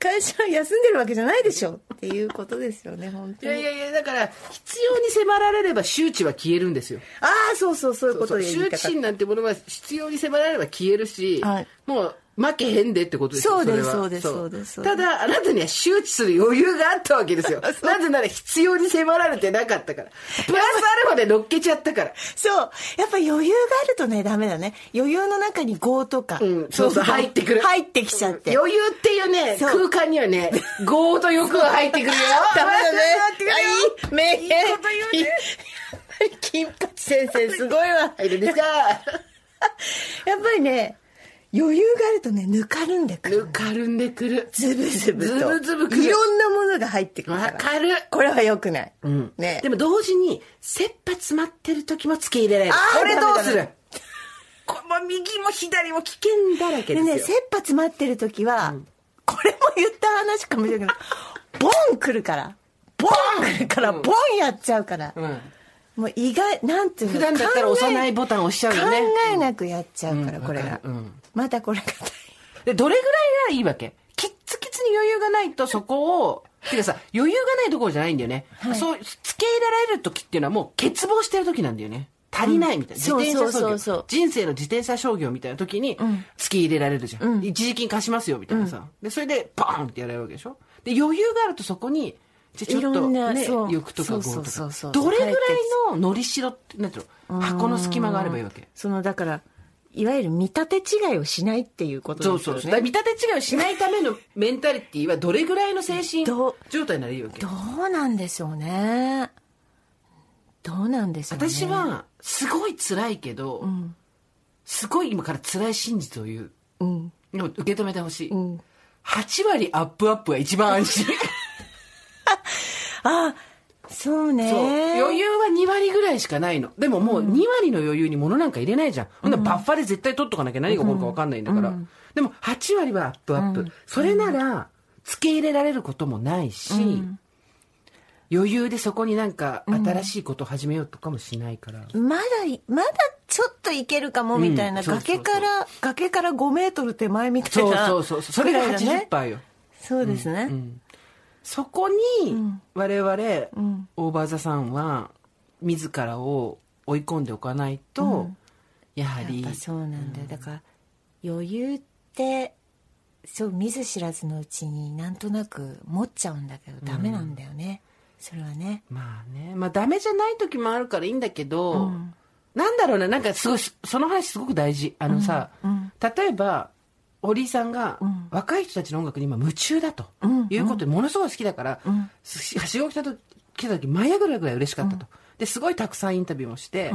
会社休んでるわけじゃないでしょっていうことですよね本
い
当に
やいやいや、だから、必要に迫られれば周知は消えるんですよ。
ああそうそうそういうこと
そう
で言
羞
い
恥
たかっ
心なんてものは必要に迫られれば消えるし、
はい
もう負けへんでってことです
そ
よ
うです
れは
そうですそうですそうで
た
す
だあなたには周知する余裕があったわ けですよなぜなら必要に迫られてなかったからプラスアルファで乗っけちゃったから
た そうやっぱ余裕があるとねダメだね余裕の中に業とか、
うんそうそう入ってくる
入ってきちゃって、
余裕っていうね
そう
空間に はね強と欲が入ってくるよ
ダメだね
待って待ってくるよ
あいい名言
いいこと言う ね
金八先生すごいわ
入るんですか
やっぱりね余裕があるとねぬかるんでくる
ぬかるんで くる
ズブズブと
ズブズブくる
いろんなものが入ってくるか
わ
ら
かる
これは良くない、
うん
ね
でも同時に、切羽詰まってる時も付け入れられ
あ
る。
ー
これどうす
ダメダ
る これもう右も左も危険だらけ
でね
です
切
よ。
羽詰まってる時は、これも言った話かもしれないけどボン来るからボン来るから、
うん
ボンやっちゃうから、
うん
もう意外なんていうの
普段だったら
考え
押さないボタン押しちゃうよね
考えなくやっちゃうから、
うん
これ
わ
が
か、るうん
またこれが大
で、どれぐらいならいいわけキッツキツに余裕がないとそこを、てかさ、余裕がないところじゃないんだよね。そう、付け入れられる時っていうのはもう欠乏してる時なんだよね。足りないみたいな。
うん
自転車
そう
商
そう
業。
そうそう
人生の自転車商業みたいな時に、付け入れられるじゃん。一時金貸しますよみたいなさ。で、それで、バーンってやられるわけでしょで、余裕があるとそこに、じゃあちょっ
いろ
と
んな
ね、
そう
欲とか
そ
強
うそう
と
そうそ
か。
う
どれぐらいの乗りしろって、なんていうの箱の隙間があればいいわけ。
そのだからいわゆる見立て違いをしないっていうこと
そ
で
う
す
そ
よ
う
ね
そう。だから見立て違いをしないためのメンタリティはどれぐらいの精神
どう
状態ならいいわけ
どうなんでしょうねどうなんでしょうね
私は、すごい辛いけど、すごい今から辛い真実を言う。
うん
でも受け止めてほしい。
ん
8割アップアップが一番安 心。
あそうね
そう余裕は2割ぐらいしかないの。でももう2割の余裕に物なんか入れないじゃん。ほんならバッファで絶対取っとかなきゃ何が起こるか分かんないんだから。でも8割はアップアップ。それなら、付け入れられることもないし、余裕でそこになんか新しいことを始めようとかもしないから。
まだいまだちょっといけるかもみたいな、
うんそうそうそう
崖から崖から5メートル手前みたい
そう
な
そうそう。それが
ぐらいだね
80%よ。
そうですね、
そこに、我々、オーバーザさんは、自らを追い込んでおかないと、やはり
やっぱそうなんだよだから余裕ってそう見ず知らずのうちになんとなく持っちゃうんだけどダメなんだよね、それはね
まあね、まあダメじゃない時もあるからいいんだけど、なんだろうな、なんかすごい、その話すごく大事。あのさ、例えば、堀井さんが、若い人たちの音楽に今夢中だと、いうことで、ものすごい好きだから、すしはしご来た時、来た時、舞い上がるぐらい嬉しかったと。で、すごいたくさんインタビューもして、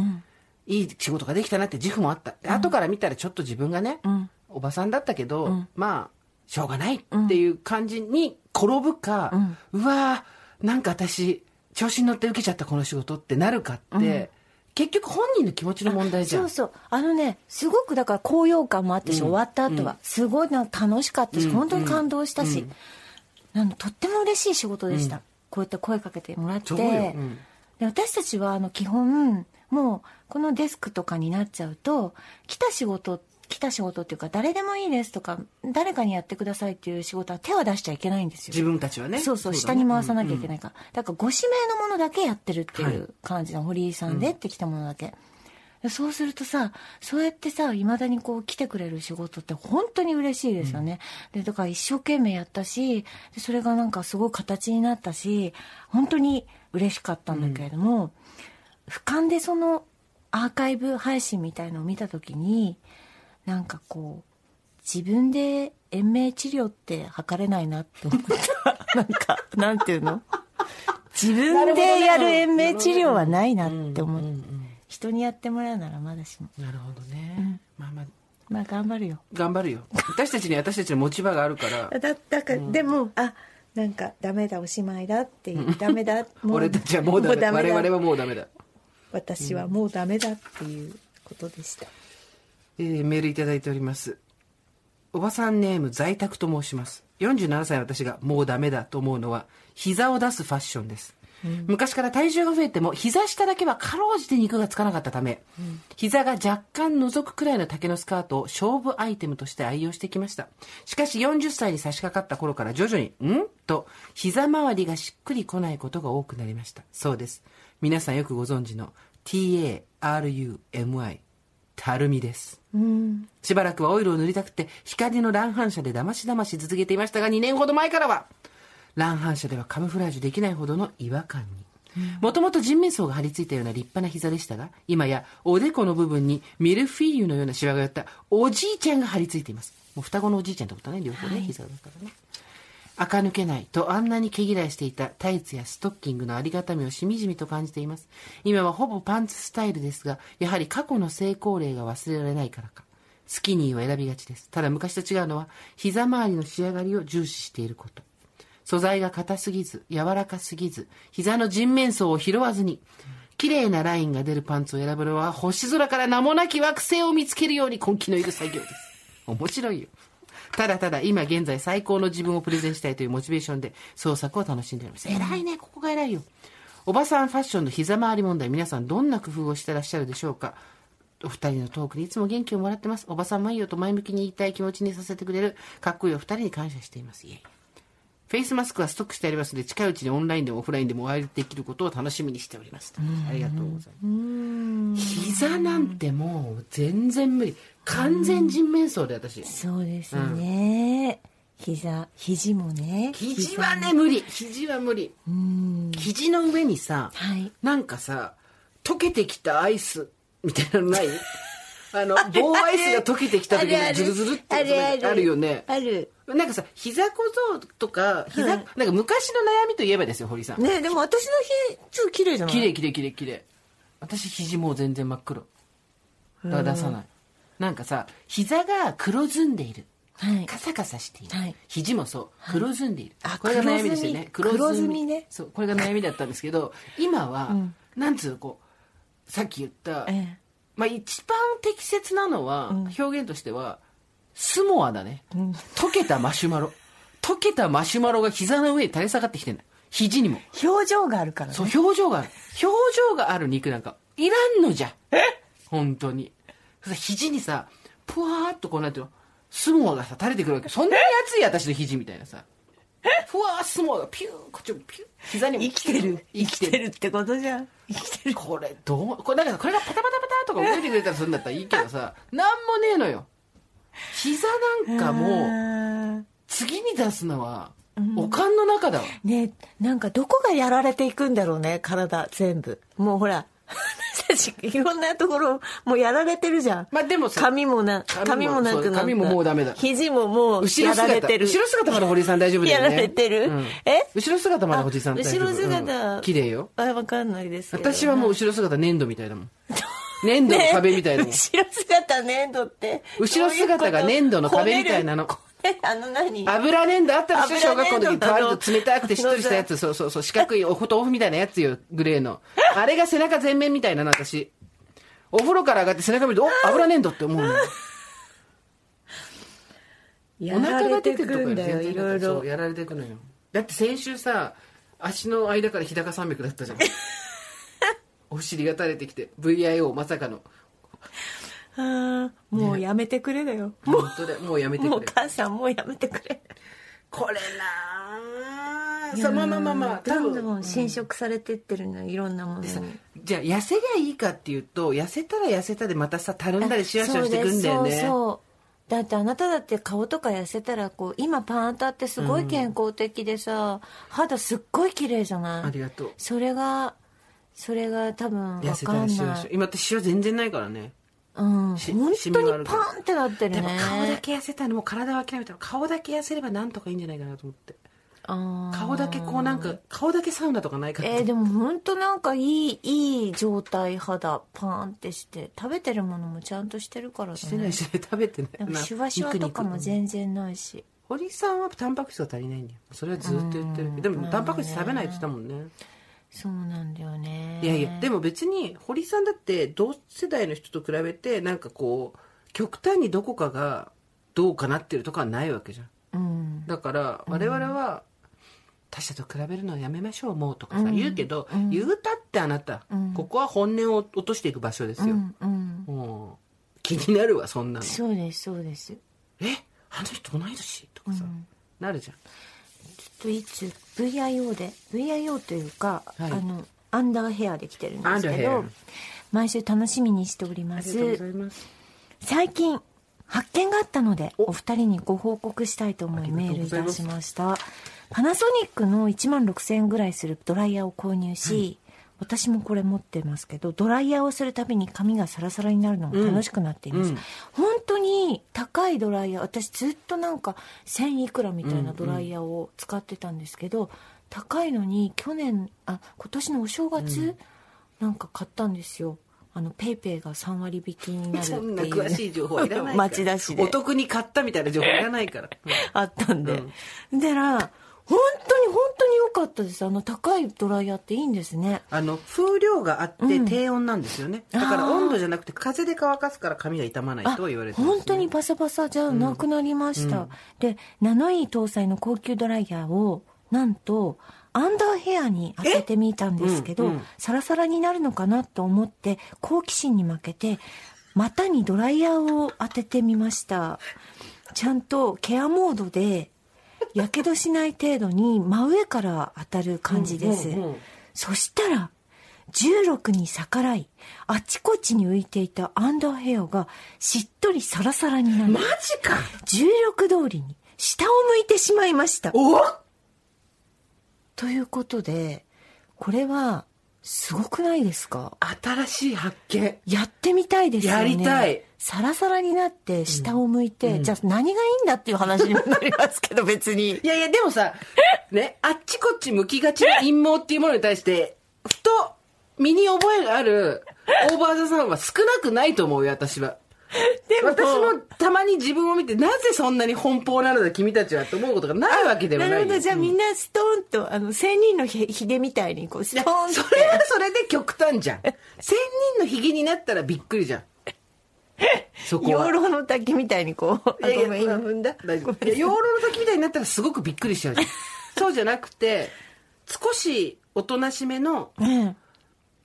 いい仕事ができたなって自負もあった。で後から見たらちょっと自分がね、おばさんだったけど、まあ、しょうがないっていう感じに転ぶか、うわーなんか私、調子に乗って受けちゃったこの仕事ってなるかって、結局本人の気持ちの問題じゃ
そ
ん
う。そうあのねすごくだから高揚感もあったし、終わった後は、すごいな楽しかったし、本当に感動したし、なんでとっても嬉しい仕事でした、こうやって声かけてもらって、
そうようん
で私たちはあの基本もうこのデスクとかになっちゃうと来た仕事来た仕事っていうか誰でもいいですとか誰かにやってくださいっていう仕事は手は出しちゃいけないんですよ
自分たちはね。
そうそう
だ
下
ね
に回さなきゃいけないから、だからご指名のものだけやってるっていう感じの、堀井さんでってきたものだけ、でそうするとさそうやってさいまだにこう来てくれる仕事って本当に嬉しいですよね、でだから一生懸命やったしでそれがなんかすごい形になったし本当に嬉しかったんだけれども、俯瞰でそのアーカイブ配信みたいのを見た時になんかこう自分で延命治療って測れないなって思った。 なんか、なんていうの自分でやる延命治療はないなって思う。人にやってもらうならまだしも。
なるほどね。まあまあ、
まあ頑張るよ。
頑張るよ。私たちに私たちの持ち場があるから
だだから、でもあなんかダメだおしまいだっていうダメ だもう
俺たちはもうダ
も
メ我々
だ
はもうダメだ、
私はもうダメだっていうことでした、
えーメールいただいておりますおばさんネーム在宅と申します47歳の私がもうダメだと思うのは膝を出すファッションです、昔から体重が増えても膝下だけはかろうじて肉がつかなかったため、膝が若干覗くくらいの丈のスカートを勝負アイテムとして愛用してきましたしかし40歳に差し掛かった頃から徐々に「ん?」と膝周りがしっくりこないことが多くなりましたそうです皆さんよくご存知の TARUMI たるみです
うん、
しばらくはオイルを塗りたくて光の乱反射でだましだまし続けていましたが2年ほど前からは乱反射ではカムフラージュできないほどの違和感にもともと人面相が張り付いたような立派な膝でしたが今やおでこの部分にミルフィーユのようなシワが寄ったおじいちゃんが張り付いていますもう双子のおじいちゃんってことね両方ね、膝だからね垢抜けないとあんなに毛嫌いしていたタイツやストッキングのありがたみをしみじみと感じています今はほぼパンツスタイルですがやはり過去の成功例が忘れられないからかスキニーを選びがちですただ昔と違うのは膝周りの仕上がりを重視していること素材が硬すぎず柔らかすぎず膝の人面相を拾わずに綺麗なラインが出るパンツを選ぶのは星空から名もなき惑星を見つけるように根気のいる作業です面白いよただただ今現在最高の自分をプレゼンしたいというモチベーションで創作を楽しんでおります偉いねここが偉いよおばさんファッションの膝回り問題皆さんどんな工夫をしてらっしゃるでしょうかお二人のトークにいつも元気をもらってますおばさんもいいよと前向きに言いたい気持ちにさせてくれるかっこいいお二人に感謝していますいえいえフェイスマスクはストックしてありますので近いうちにオンラインでもオフラインでもお会いできることを楽しみにしておりますありがとうございます膝なんてもう全然無理完全人面相で私
そうですね、膝肘もね
肘はね無理肘は無理肘の上にさ、
はい
なんかさ溶けてきたアイスみたいなの ないあの棒アイスが溶けてきた時にズルズルってやつねあるよね
ある
なんかさ膝小僧とか膝、なんか昔の悩みといえばですよ堀さん
ねでも私の日ちょっと綺麗じゃない
綺麗綺麗綺麗綺麗私肘もう全然真っ黒だから出さないなんかさ膝が黒ずんでいる
はい
カサカサしている、
はい
肘もそう黒ずんでいる、
あ
これが悩みですよね
黒ずみ
黒ず
黒ず
み
みね
そうこれが悩みだったんです けど今は、
ん
なんつうのこうさっき言った、
え
まあ、一番適切なのは、表現としてはスモアだね、溶けたマシュマロ溶けたマシュマロが膝の上に垂れ下がってきてんだ肘にも
え表情があるからね
そう表情がある表情がある肉なんかいらんのじゃ本当にさ肘にさぷわーっとこうなんていうのスモアがさ垂れてくるわけそんなに熱い私の肘みたいなさふわースモアがピューこっちもピュー膝にも
生きてる
生きてる
るってことじゃん
これどうこれだからこれがパタパタパタとか動いてくれたらするんだったらいいけどさなんもねえのよ膝なんかもう
も
次に出すのはおかんの中だわ
うねなんかどこがやられていくんだろうね体全部もうほら私たちいろんなところもうやられてるじゃん、
まあでもさ
髪もな
髪
髪
も
もなくなった
髪ももうダメだ
肘ももう
後ろ
やられ
姿
てる
後ろ姿まだ堀井さん大丈夫だよね
やられてる
うん
え
後ろ姿まだ堀井さん大丈夫
あ後ろ姿
うん綺麗よ
あわかんないですけど
私はもう後ろ姿粘土みたい だもん粘土の壁みたいだもん、
ね 後ろ姿粘土って
後ろ姿が粘土の壁みたいなの
こねあの何
油粘土あったでしょ小
油
学校
粘土
の時
あの
触ると冷たくてしっとりしたやつそうそうそう四角いお豆腐みたいなやつよグレーのあれが背中全面みたいなの私お風呂から上がって背中見るとお油粘土って思うの
や
お
ら
腹が
れ
出
て
て
く
くる
ん
とか
だ
よ
よ
全
い
然
ろい
そ
ろ
うやられてくのよだって先週さ足の間から日高山脈だっ たじゃんお尻が垂れてきて VIO まさかの
あーもうやめてくれだよ、
本当だもうやめて
も
く
う
れ
母さんもうやめてくれ
これなあさあまあまあまあまあ多
どん
分
どん侵食されてってるのいろんなものに
じゃあ痩せりゃいいかっていうと痩せたら痩せたでまたさたるんだりシワシ
そ
ワ
う
してくんだよね
ですそうそうだってあなただって顔とか痩せたらこう今パン当たってすごい健康的でさ、肌すっごい綺麗じゃない
ありがとう
それがそれが多分わ
痩せた
からん
シワ
な
シワ
い
今ってシワ全然ないからね
うん本
し
当
シミがある
に
から
パンってなってる
でも顔だ
ね
け痩せたらもう体は諦めたら顔だけ痩せればなんとかいいんじゃないかなと思って顔だけこうなんか顔だけサウナとかないかっ
えー
て
でもほんとなんかいいいい状態肌パーンってして食べてるものもちゃんとしてるからね
してないしてない食べてない
なんか
な
シュワシュワとかも全然ないし
堀さんはタンパク質が足りないんだよそれはずっと言ってるでもタンパク質食べないって言ったもんね
そうなんだよね
いやいやでも別に堀さんだって同世代の人と比べてなんかこう極端にどこかがどうかなってるとかはないわけじゃん
うん
だから我々は他者と比べるのはやめましょうもうとかさ
うん
言うけど
うん
言うたってあなた
うん
ここは本音を落としていく場所です
う
よ
んうん
もう気になるわそんなの
そうですそうです
えあの人同い年と
う
か
んち
さ
ょ
なるじゃん
っといつ VIO で VIO というか、
はい
あのアンダーヘアで来てるんです
アンダー
け
ヘア
ど毎週楽しみにしており
あ
ま
りがとうご
す
ざいます
最近発見があったので
お
お二人にご報告したいと思い
ありがと
メ
う
ー
ご
ルい
ざい
た
ます
しましたパナソニックの1万6000円ぐらいするドライヤーを購入し、私もこれ持ってますけどドライヤーをするたびに髪がサラサラになるのが楽しくなっています、
うんうん
本当に高いドライヤー私ずっとなんか1000いくらみたいなドライヤーを使ってたんですけど、高いのに去年あ今年のお正月、なんか買ったんですよあのペイペイが3割引きになるってい
そ
うん
な詳しい情報いらないから
町田市で
お得に買ったみたいな情報いらないから、
あったんで、だから本当に本当に良かったですあの高いドライヤーっていいんですね
あの風量があって
うん
低温なんですよね、だから温度じゃなくて風で乾かすから髪が傷まない
あ
と言われてます、ね、
本当にバサバサじゃなくなりました、でナノイー搭載の高級ドライヤーをなんとアンダーヘアに当ててみたんですけど、
えうんうん
サラサラになるのかなと思って好奇心に負けて股にドライヤーを当ててみましたちゃんとケアモードでやけどしない程度に真上から当たる感じです、
うんうんうん
そしたら16に逆らいあちこちに浮いていたアンダーヘアがしっとりサラサラになり
マジか
16通りに下を向いてしまいました
お
ということでこれはすごくないですか
新しい発見
やってみたいですよね
やりたい
サラサラになって下を向いて、じゃあ何がいいんだっていう話にもなりますけど別に
いやいやでもさねあっちこっち向きがちな陰謀っていうものに対してふと身に覚えがあるオーバーザさんは少なくないと思うよ私は
で
私もたまに自分を見てなぜそんなに奔放なのだ君たちはと思うことがないわけ ではない
な
よ
るほどじゃあみんなストーンとあの千人のひひでみたいにこうストーンって
それはそれで極端じゃん。千人のひげになったらびっくりじゃん。そこは。
養老の滝みたいにこう
いやいや
あごめん今踏んだ
大丈
ご
夫。
め
いや
ん
養老の時みたいになったらすごくびっくりしちゃうじゃん。そうじゃなくて、少しおとなしめの
うん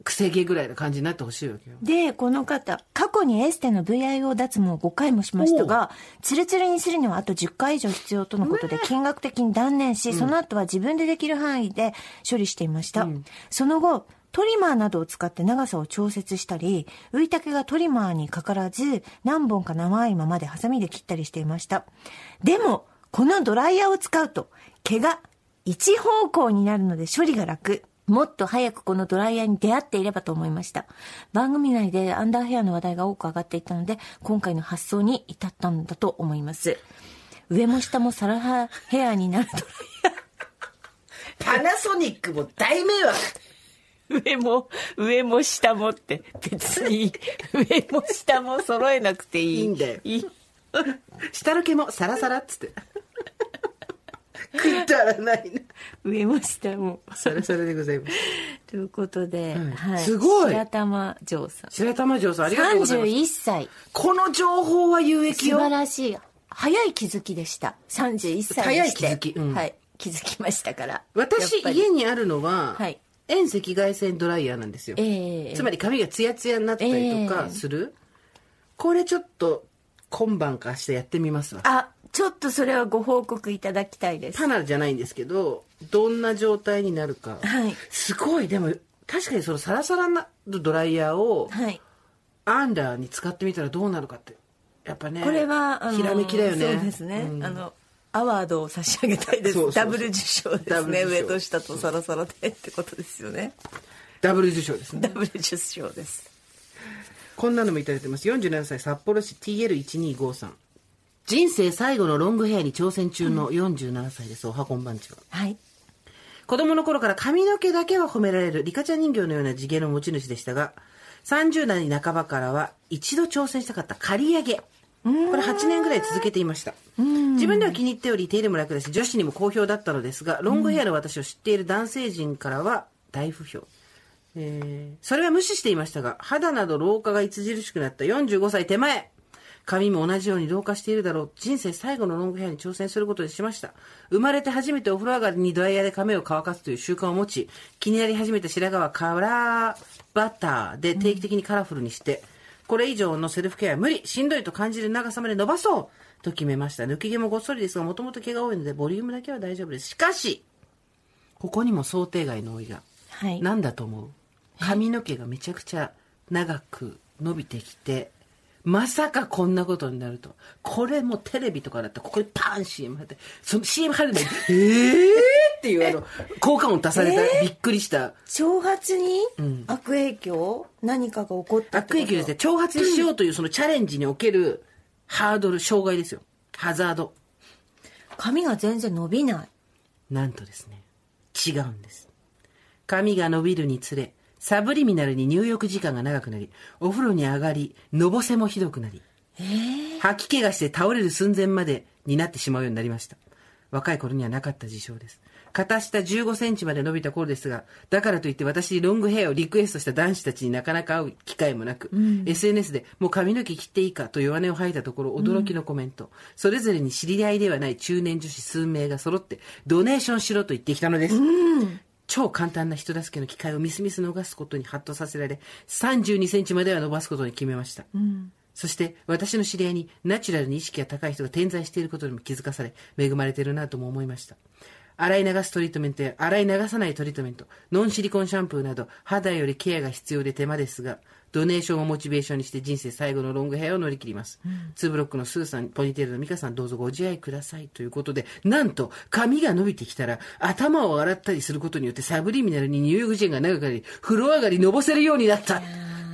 くせ毛ぐらいの感じになってほしいわけよ。
でこの方過去にエステの VIO 脱毛を5回もしましたがツルツルにするにはあと10回以上必要とのことで金額的に断念し、その後は自分でできる範囲で処理していました、その後トリマーなどを使って長さを調節したり浮いた毛がトリマーにかからず何本か長いままでハサミで切ったりしていましたでもこのドライヤーを使うと毛が一方向になるので処理が楽。もっと早くこのドライヤーに出会っていればと思いました。番組内でアンダーヘアの話題が多く上がっていたので、今回の発想に至ったんだと思います。上も下もサラハヘアになる
パナソニックも大迷惑。
と。上も、上も下もって、別に、上も下も揃えなくてい
いいんだよ
いい
下の毛もサラサラっつって。くだらないな。
上も下も。
サラサラでございます。
ということで、
ん
はい。
すごい
白玉城さん。
白玉城さんありがとうございます。
31歳。
この情報は有益
素
よ。
晴らしい早い気づきでした31歳にして
早い気づきうん
はい、気づきましたから
私
やっぱり
家にあるのは、
はい
遠赤外線ドライヤーなんですよ、
ええ
つまり髪がツヤツヤになったりと
え
か
え
する、これちょっと今晩か明日やってみますわ
あちょっとそれはご報告いただきたいです
パナじゃないんですけどどんな状態になるか、
はい
すごいでも確かにそのサラサラなドライヤーを
はい
アンダーに使ってみたらどうなるかってやっぱね
これは、あの
ひらめきだよね
そうですね、
うん
あのアワードを差し上げたいです
そうそうそう
ダブル受賞で
ダ
す
ブル
ね
受
上
賞
と下とサラサラでってことですよね
ダブル受賞ですね
ダブル受賞です
こんなのもいただいてます。47歳、札幌市 TL1253。人生最後のロングヘアに挑戦中の47歳です。おはこんばんちは。
はい。
子供の頃から髪の毛だけは褒められるリカちゃん人形のような地毛の持ち主でしたが、30代半ばからは一度挑戦したかった刈り上げ。これ8年ぐらい続けていました。自分では気に入っており手入れも楽だし女子にも好評だったのですが、ロングヘアの私を知っている男性陣からは大不評。えーそれは無視していましたが、肌など老化が著しくなった45歳手前。髪も同じように老化しているだろう。人生最後のロングヘアに挑戦することにしました。生まれて初めてお風呂上がりにドライヤーで髪を乾かすという習慣を持ち、気になり始めた白髪はカラーバターで定期的にカラフルにして、これ以上のセルフケアは無理しんどいと感じる長さまで伸ばそうと決めました。抜け毛もごっそりですが、もともと毛が多いので、ボリュームだけは大丈夫です。しかし、ここにも想定外の老いが。
はい。
なんだと思う髪の毛がめちゃくちゃ長く伸びてきてまさかこんなことになるとこれもうテレビとかだったらここにパン CM 入ってその CM 入る のに「えー!」っていうあの効果音出された、びっくりした
挑発に悪影響、何かが起こったってこ
悪
と
影響ですね挑発にしようというそのチャレンジにおけるハードル障害ですよハザード
髪が全然伸びない。
なんとですね、違うんです。髪が伸びるにつれ、サブリミナルに入浴時間が長くなり、お風呂に上がり、のぼせもひどくなり、吐き気がして倒れる寸前までになってしまうようになりました。若い頃にはなかった事象です。片下15センチまで伸びた頃ですが、だからといって私にロングヘアをリクエストした男子たちになかなか会う機会もなく、SNS でもう髪の毛切っていいかと弱音を吐いたところ驚きのコメント、それぞれに知り合いではない中年女子数名が揃ってドネーションしろと言ってきたのです。超簡単な人助けの機会をみすみす逃すことにハッとさせられ、32センチまでは伸ばすことに決めました。そして私の知り合いにナチュラルに意識が高い人が点在していることにも気づかされ恵まれているなとも思いました洗い流すトリートメントや洗い流さないトリートメントノンシリコンシャンプーなど肌よりケアが必要で手間ですがドネーションをモチベーションにして人生最後のロングヘアを乗り切ります、ツーブロックのスーさんポニーテールのミカさんどうぞご自愛くださいということでなんと髪が伸びてきたら頭を洗ったりすることによってサブリミナルに入浴時間が長くなり風呂上がりのぼせるようになった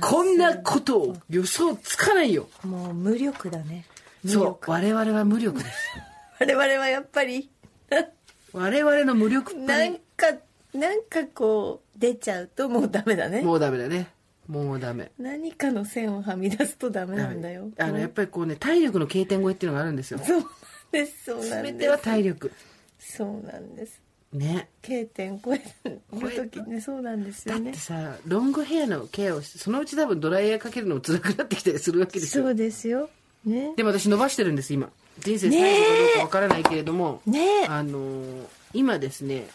こんなことを予想つかないよ。
もう無力だね。無
そう
力。。
我々は無力です。
我々はやっぱり、
我々の無力っぷ
なん
り。
か、なんかこう、出ちゃうともうダメだね。
もうダメだね。もうダメ。
何かの線をはみ出すとダメなんだよ。
あの、やっぱりこうね、体力の経点超えっていうのがあるんですよ。
そうなんです、そうなんです。
全ては体力。
そうなんです。
ね。
K 点超える時ね、そうなんです
だ
よ
っ
ね
て。さ、ロングヘアのケアをして、そのうち多分ドライヤーかけるのも辛くなってきたりするわけです
そ
よ。
うですよ。ね。
でも私伸ばしてるんです、今。人生最後かどうかわからないけれども、
ねえ
あのー今ですね、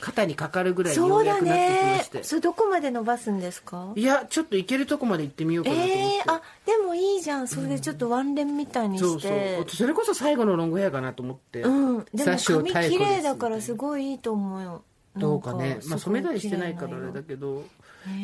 肩にかかるぐらいによ
そうう
や
だ
くなってきま
ね
して。。
それどこまで伸ばすんですか
いや、ちょっと行けるとこまで行ってみようか
え
なと思って。
えあでもいいじゃんそれでちょっとワンレンみたいに
そう
し
そ
て
う。それこそ最後のロングヘアかなと思って。
うんでも
サショ
髪綺麗だから
です
すごいいいと思うよなん
どうかね。まあ
すご
染めたりしてないから
綺
あ
麗
れだ
色
けど、
ね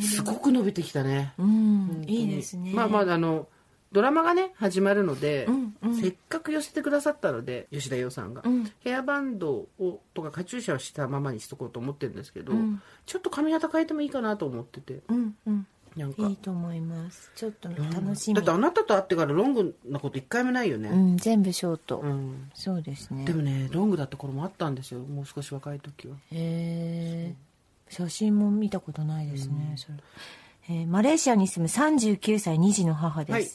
すごく伸びてきたね。
うんいいですね
まあまあ、あの、ドラマがね、始まるので、
うんうん
せっかく寄せてくださったので、吉田洋さんが。
うん
ヘアバンドを、とかカチューシャをしたままにしとこうと思ってるんですけど、
うん
ちょっと髪型変えてもいいかなと思ってて、
うんうん
なんか。
いいと思いますちょっと楽し
だ
み
ってあなたと会ってからロングなこと一回もないよ
う
ね。
ん全部ショート
うん
そうですね
でもねロングだった頃もあったんですよもう少し若い時は
へえ写真も見たことないですね、それえーマレーシアに住む39歳2児の母です、
はい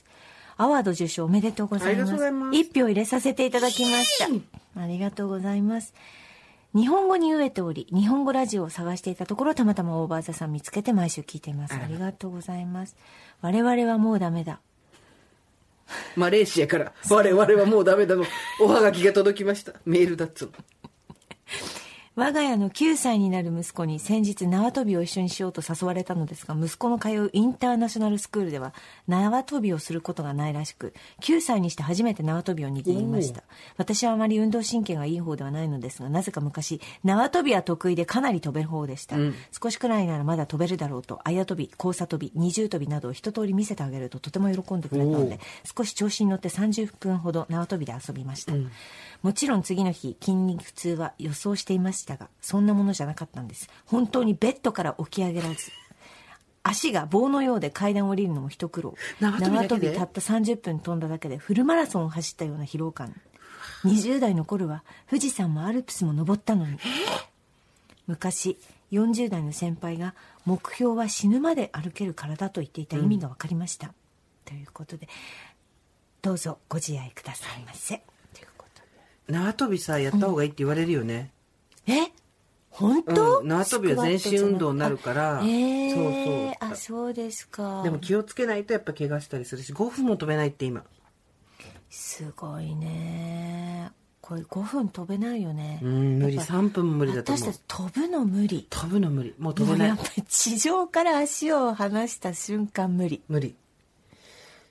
アワード受賞おめでとうござい
ありが
ま
とう
す
ございます
一票入れさせていただきましたありがとうございます日本語に飢えており日本語ラジオを探していたところたまたまオーバーザさん見つけて毎週聞いています
あら
ありがとうございます我々はもうダメだ
マレーシアから我々はもうダメだのおはがきが届きましたメールだっつうの
我が家の9歳になる息子に先日縄跳びを一緒にしようと誘われたのですが息子の通うインターナショナルスクールでは縄跳びをすることがないらしく9歳にして初めて縄跳びを握りました私はあまり運動神経がいい方ではないのですがなぜか昔縄跳びは得意でかなり飛べる方でした、少しくらいならまだ飛べるだろうと綾跳び交差跳び二重跳びなどを一通り見せてあげるととても喜んでくれたので少し調子に乗って30分ほど縄跳びで遊びました、もちろん次の日筋肉痛は予想していましたがそんなものじゃなかったんです本当にベッドから起き上げらず足が棒のようで階段を降りるのも一苦労
縄跳びだけで
たった30分飛んだだけでフルマラソンを走ったような疲労感20代の頃は富士山もアルプスも登ったのに昔40代の先輩が目標は死ぬまで歩ける体と言っていた意味が分かりました、ということでどうぞご自愛くださいませ、ということ
縄跳びさやった方がいいって言われるよね、
でえ本
うん
当、
縄跳びは全身運動になるから
あえー
そうそう
あそうですか
でも気をつけないとやっぱ怪我したりするし5分も飛べないって今
すごいねこれ5分飛べないよね
うん無理
やっぱ
3分も無理だと
私
思
た
う
ち飛ぶの無理
飛ぶの無理もう飛
も
べ
う
な
や
い
っぱり地上から足を離した瞬間無理
無理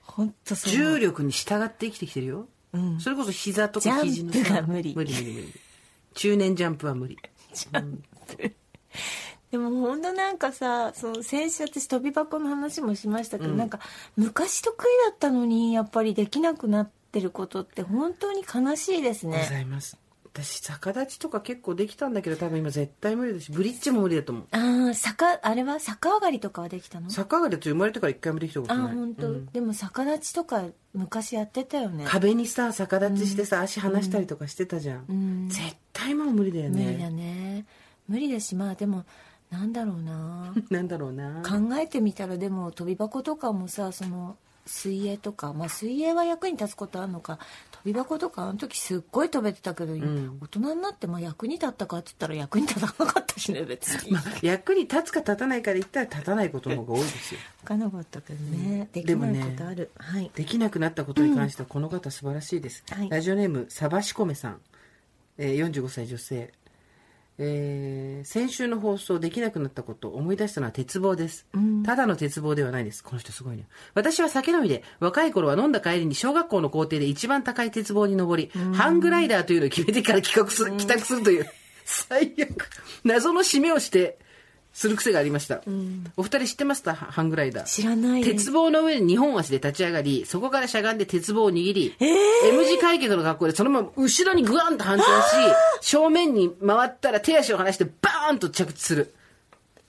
本当そう
重力に従って生きてきてるよ、
うん
それこそ膝とか肘の
ジャンプが無理
無理無理無理中年ジャンプは無理
でも本当なんかさその先週私飛び箱の話もしましたけど、なんか昔得意だったのにやっぱりできなくなってることって本当に悲しいです
ご
ね
ざいます私逆立ちとか結構できたんだけど多分今絶対無理だしブリッジも無理だと思う
ああ坂あれは逆上がりとかはできたの
逆上がりって生まれてから一回もできたこ
あ
と
あ
ない
本当、
うん
でも逆立ちとか昔やってたよね
壁にさ逆立ちしてさ、足離したりとかしてたじゃん、
うん
絶対もう無理だよ
無理だ
ね
ね無理だしまあでもなんだろう な
なんだろうな
考えてみたらでも飛び箱とかもさその水泳とか、まあ、水泳は役に立つことあるのか飛び箱とかあの時すっごい飛べてたけど、
ん
大人になってまあ役に立ったかって言ったら役に立たなかったしね別に、
まあ、役に立つか立たないかで言ったら立たないことの方が多いですよ
分かんなかったけどね、でき
でも
ない
ね
ことある、はい
できなくなったことに関してはこの方素晴らしいです、
はい
ラジオネームサバシコメさん、えー45歳女性、えー先週の放送できなくなったこと思い出したのは鉄棒です、
うん
ただの鉄棒ではないですこの人すごいね私は酒飲みで若い頃は飲んだ帰りに小学校の校庭で一番高い鉄棒に登り、ハングライダーというのを決めてから帰国する帰宅するという最悪謎の締めをしてする癖がありました、お二人知ってますかハングライダー
知らないです
鉄棒の上に2本足で立ち上がり、そこからしゃがんで鉄棒を握り、M 字開脚の格好でそのまま後ろにグワンと反転し、正面に回ったら手足を離してバーンと着地する。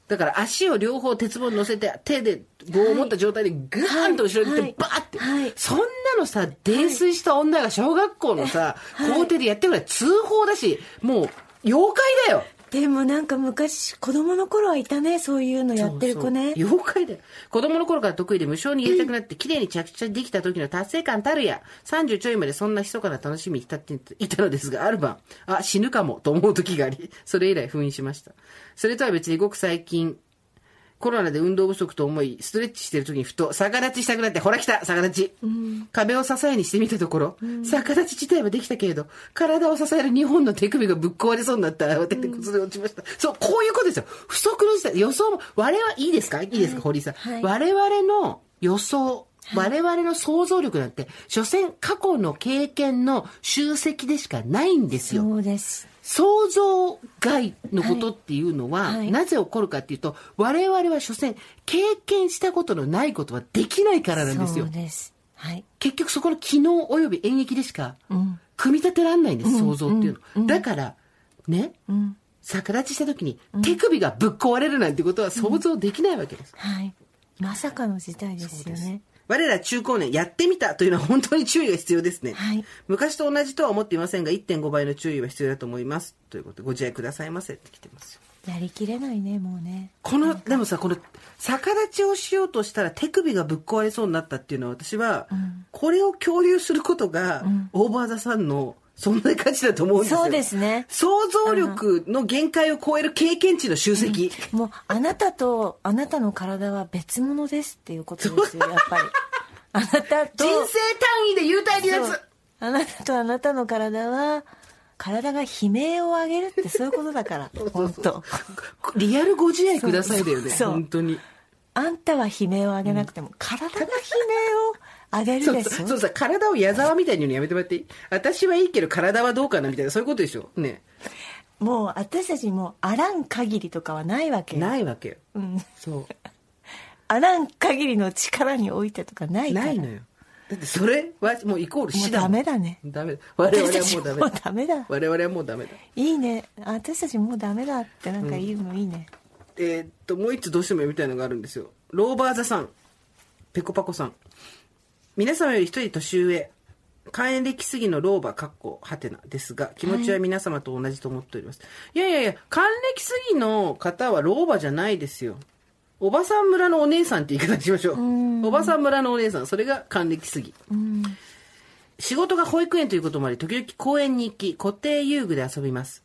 だから足を両方鉄棒に乗せて、手で棒を持った状態でグワンと後ろに行ってバ
はい
ーって
はい。
そんなのさ、泥酔した女が小学校のさ、校庭でやってくれ通報だし、もう妖怪だよ。
でもなんか昔子供の頃はいたねそういうのやってる子ね
そうそう妖怪だよ。子供の頃から得意で無償に入れたくなって、綺麗に着地できた時の達成感たるや、30ちょいまでそんな密かな楽しみに浸っていたのですが、ある晩、あ、死ぬかも、と思う時があり、それ以来封印しました。それとは別にごく最近、コロナで運動不足と思い、ストレッチしてる時にふと、逆立ちしたくなって、ほら来た逆立ち、壁を支えにしてみたところ、逆立ち自体はできたけれど、体を支える2本の手首がぶっ壊れそうになった慌てて崩れ落ちました。そう、こういうことですよ。不足の事態、予想も、我々、いいですかいいですか、堀井さん。
はい
我々の予想、我々の想像力なんて、所詮過去の経験の集積でしかないんですよ。
そうです
想像外のことっていうのは、
はいはい
なぜ起こるかっていうと我々は所詮経験したことのないことはできないからなんです
そ
よ
うですはい
結局そこの機能及び演劇でしか
うん
組み立てられないんです、想像っていうの、だからね
うん
逆立ちした時に手首がぶっ壊れるなんてことは想像できないわけです、
はいまさかの事態ですよね
我ら中高年やってみたというのは本当に注意が必要ですね、
はい
昔と同じとは思っていませんが1.5倍の注意は必要だと思いますということでご自愛くださいませって来てますよ
やりきれないねもうね
この、でもさ、この、逆立ちをしようとしたら手首がぶっ壊れそうになったっていうのは私は、これを共有することが、オーバーザさんの存在価値だと思うんですよ。
そうですね
想像力の限界を超える経験値の集積。
もうあなたとあなたの体は別物ですっていうことですよやっぱりあなたと
人生単位で幽体離
そう
脱
あなたとあなたの体は体が悲鳴を上げるってそういうことだから本当
リアルご自愛くださいだよね、
そうそう
本当に。
あんたは悲鳴を上げなくても、体が悲鳴を上げる
そう
で
そ
し
う
ょ
そうさ、体を矢沢みたいに言うのやめてもらっていい私はいいけど体はどうかなみたいな、そういうことでしょね。
もう私たちもうあらん限りとかはないわけよ
ないわけよ。
うん、
そう。
あらん限りの力においてとかないから
ないのよだってそれはもうイコール
もう
死だ
ダ
もん
メだね
ダメだ我々
私た
は
ち
もうダメ
も
だ
うダメだ
我々はもうダメだ
いいねあ私たちもうダメだってなんか言うのいいね、
えーっともう一つどうしても読みたいのがあるんですよローバーザさん、ペコパコさん。皆様より一人年上、還元歴すぎの老婆かっこはてなですが、気持ちは皆様と同じと思っております。い、やいやいや、還暦すぎの方は老婆じゃないですよ。おばさん村のお姉さんって言い方にしましょう。おばさん村のお姉さん、それが還暦すぎ。仕事が保育園ということもあり、時々公園に行き、固定遊具で遊びます。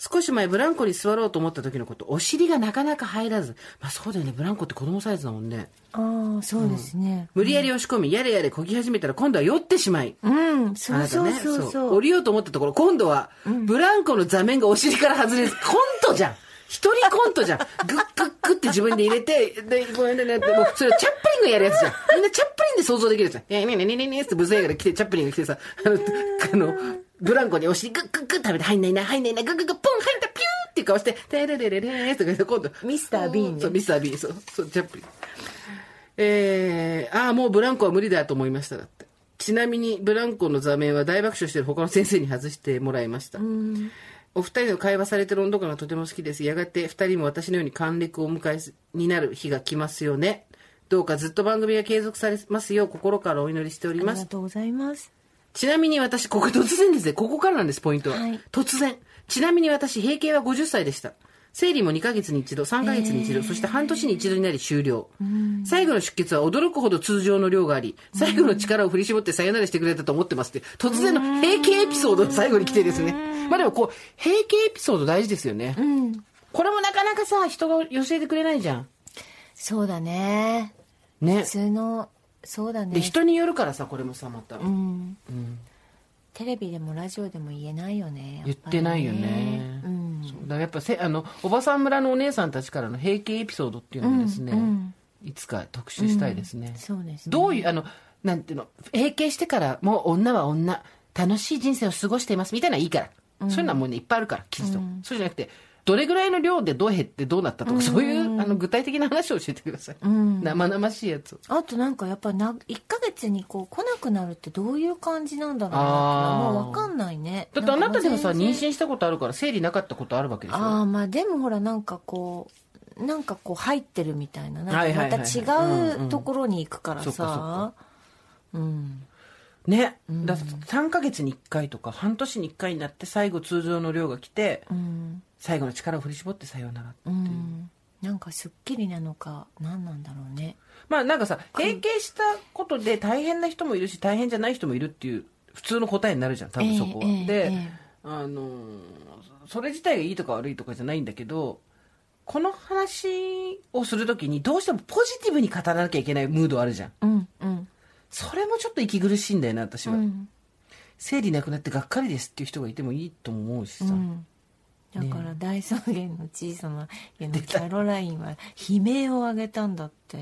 少し前、ブランコに座ろうと思った時のこと、お尻がなかなか入らず。まあそうだよね、ブランコって子供サイズだもんね。
ああそうですね
無理やり押し込み、やれやれ漕ぎ始めたら今度は酔ってしまい。
うん、
あ
そう
なた
そう
ね
そうそう
降りようと思ったところ、今度は、ブランコの座面がお尻から外れる。コントじゃん一人コントじゃんグッグッグッって自分で入れて、で、こうやってやって、もうそれはチャップリンがやるやつじゃんみんなチャップリンで想像できるじゃん。いや、ねねねねねってブザーから来て、チャップリンが来てさ、あの、あの、ブランコにお尻グッグッグッ食べて、入んないな、入んないな、グッグッグッ、ポン、入った、ピューっていう顔して、テレレレレレーとか言って、今度。
ミスター・ビーンね
そう、ミスター・ビーン、そう、そう、チャップリン。えー、ああ、もうブランコは無理だと思いました。だって。ちなみに、ブランコの座面は大爆笑してる他の先生に外してもらいました。お二人の会話されてる温度感がとても好きです。やがて二人も私のように還暦をお迎えすになる日が来ますよね。どうかずっと番組が継続されますよう心からお祈りしており
あ
ま
り
す
が。とうございます
ちなみに私、ここ突然ですね。ここからなんです、ポイントは。
はい
突然。ちなみに私、閉経は50歳でした。生理も2ヶ月に一度、3ヶ月に一度、そして半年に一度になり終了。最後の出血は驚くほど通常の量があり、最後の力を振り絞ってさよならしてくれたと思ってますって、突然の閉経エピソードの最後に来てですね。まあでもこう、閉経エピソード大事ですよね。これもなかなかさ、人が教えてくれないじゃん。
そうだね
ね
普。通のそうだ
で、
ね
人によるからさ、これもさ、また。
うんテレビでもラジオでも言えないよねや
言っ
ぱり
てないよね、
うん
そうだからやっぱせあのおばさん村のお姉さんたちからの閉経エピソードっていうのもですね、いつか特集したいですね、
そうですね
どういうあのなんていうの閉経してからもう女は女楽しい人生を過ごしていますみたいなのはいいから、そういうのはもうねいっぱいあるから記事とか、そうじゃなくてどれぐらいの量でどう減ってどうなったとか、そういうあの具体的な話を教えてください、生々しいやつを
あとなんかやっぱな1ヶ月にこう来なくなるってどういう感じなんだろう
あ
な
ー
もう分かんないね
だってあなたでもさ
なんか
妊
全然
娠したことあるから生理なかったことあるわけでしょ
ああまあでもほらなんかこうなんかこう入ってるみたいなな
はい
んか
はい
ま
はい
た
うんう
違
ん
うところに行くから
そっかそっ
さ
か
うん
ね、だ3ヶ月に1回とか半年に1回になって最後通常の量が来て
うん
最後の力を振り絞ってさようならって
う
いう、
んなんかすっきりなのか何なんだろうね
まあなんかさ閉経したことで大変な人もいるし大変じゃない人もいるっていう普通の答えになるじゃん多分そこは、
ええ
で、
ええ
あのーそれ自体がいいとか悪いとかじゃないんだけどこの話をするときにどうしてもポジティブに語らなきゃいけないムードあるじゃん
うんうん
それもちょっと息苦しいんだよな私
う
は、
ん
生理なくなってがっかりですっていう人がいてもいいとも思うしさ、
うんだから大草原の小さな家のキャロラインは悲鳴を上げたんだって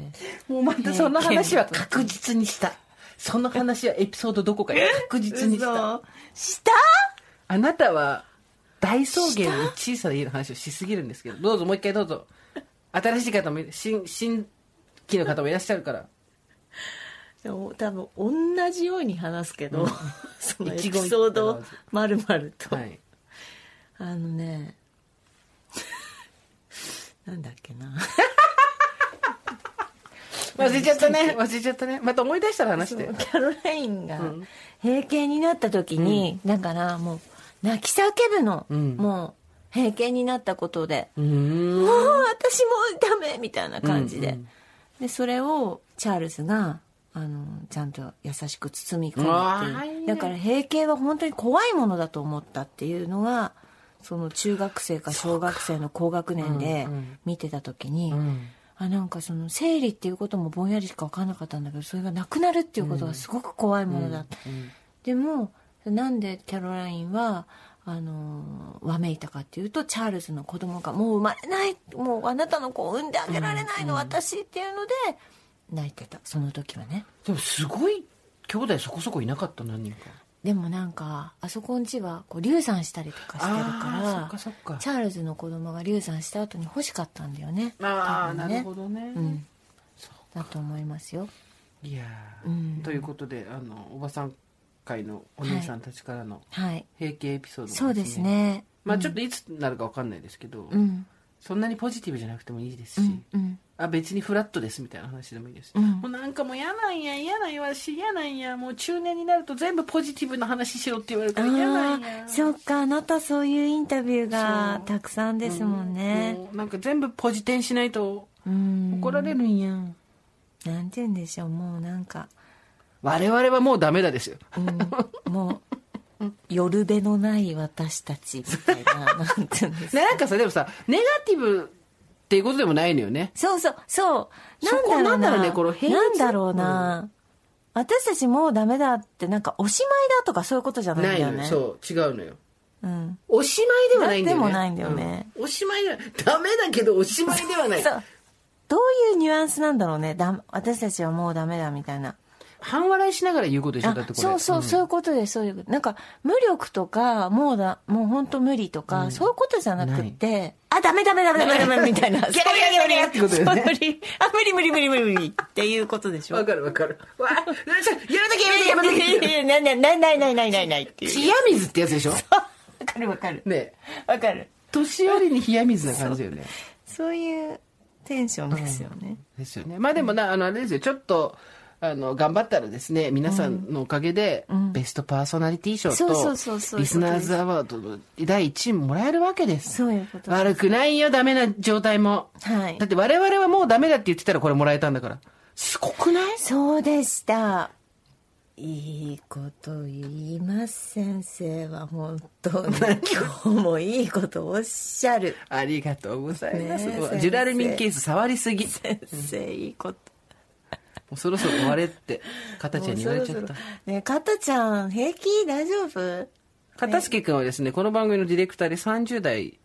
もうまたその話は確実にした。その話はエピソードどこかで確実にした。
嘘した
あなたは大草原の小さな家の話をしすぎるんですけど、どうぞもう一回どうぞ。新しい方もいる、新、新規の方もいらっしゃるから。
でも多分同じように話すけど、 そのエピソードをまるまると、
はい。
あのね なんだっけな
忘れちゃったね。忘れちゃったね。また思い出したら話して。
キャロラインが閉経になった時に、だからもう泣き叫ぶの、
うん
もう閉経になったことで、
うーん。
もう私もうダメみたいな感じで、
うんうん
でそれをチャールズがあのちゃんと優しく包み込む
うわ
っ
ー
て
い
い
いうね
だから閉経は本当に怖いものだと思ったっていうのがその中学生か小学生の高学年で
うんうん
見てた時に、
うん
あなんかその生理っていうこともぼんやりしか分かんなかったんだけどそれがなくなるっていうことがすごく怖いものだった、でもなんでキャロラインはあのわめいたかっていうとチャールズの子供がもう生まれないもうあなたの子を産んであげられないの、私っていうので泣いてたその時はね
でもすごい兄弟そこそこいなかった何人か。
でもなんかあそこん家はこう流産したりとかしてる
あ
か
ーそっかそっから
チャールズの子供が流産した後に欲しかったんだよね
あ
多
あ、な
分ね
るほどね。
うん
そう
だと思いますよ
いやー、
うん
ということであのおばさん会のお姉さんたちからの
はい
閉経エピソード、
そうですね
まあ
うん
ちょっといつになるかわかんないですけど、
うん
そんなにポジティブじゃなくてもいいです
う
し、
んうん
あ別にフラットですみたいな話でもいいです、
うん
もうなんかもう嫌なんや嫌なんや私嫌なんやもう中年になると全部ポジティブな話しろって言われるから嫌な
あ
んや
あそっかあなたそういうインタビューが
そう
たくさんですもんね、
もうなんか全部ポジテンしないと
うん
怒られるんや、
なんて言うんでしょうもうなんか、
我々はもうダメだですよ
うん、もう夜べのない私たちみたい ななんて言うんですか
なんかさでもさネガティブっていうことでもないのよね
そうそうそう
そこ
な
なんん
だろう
だろ
な
うねこの平日
なんだろうな、私たちもうダメだってなんかおしまいだとかそういうことじゃないんだよね
そう違うのよ
うん、
おしまいではないんだよね
でもないんだよね
うんおしまいではダメだけどおしまいではない
そうどういうニュアンスなんだろうねだ私たちはもうダメだみたいな
半笑いしながら言うことでしょ
あ
だってこれ
そうそう、
ん
そういうことですそういうことなんか無力とかもうだもう本当無理とか、
うん
そういうことじゃなくってあダメダメダメダメダメみたいなギャラギャラギャラ
ってことだよね
そう無理あ無理無理無理無理無理っていうことでしょ
わかるわかるわあやめとけやめとけやめとけ
ないないないないないないないないって いう
冷や水ってやつでしょ
わかるわかる
ねえ
わかる
年寄りに冷や水な感じよね
そういうテンションですよね、
ですよねまあでもなあのあれですよちょっとあの頑張ったらですね皆さんのおかげで、ベストパーソナリティ賞
そうそうそうそ
と
ういうことで
リ
す
スナーズアワードの第1位もらえるわけです
そういうこと
悪くないよダメな状態も
はい
だって我々はもうダメだって言ってたらこれもらえたんだからすごくない
そうでしたいいこと言います先生は本当に今日もいいことおっしゃる
ありがとうございます、
ねえ
もう
先生
ジュラルミンケース触りすぎも
先生いいこと
うそろそろ終われってカタちゃんに言われちゃった
もうそろそろねえ加トちゃん平気大丈夫
片助君はですねこの番組のディレクターで30代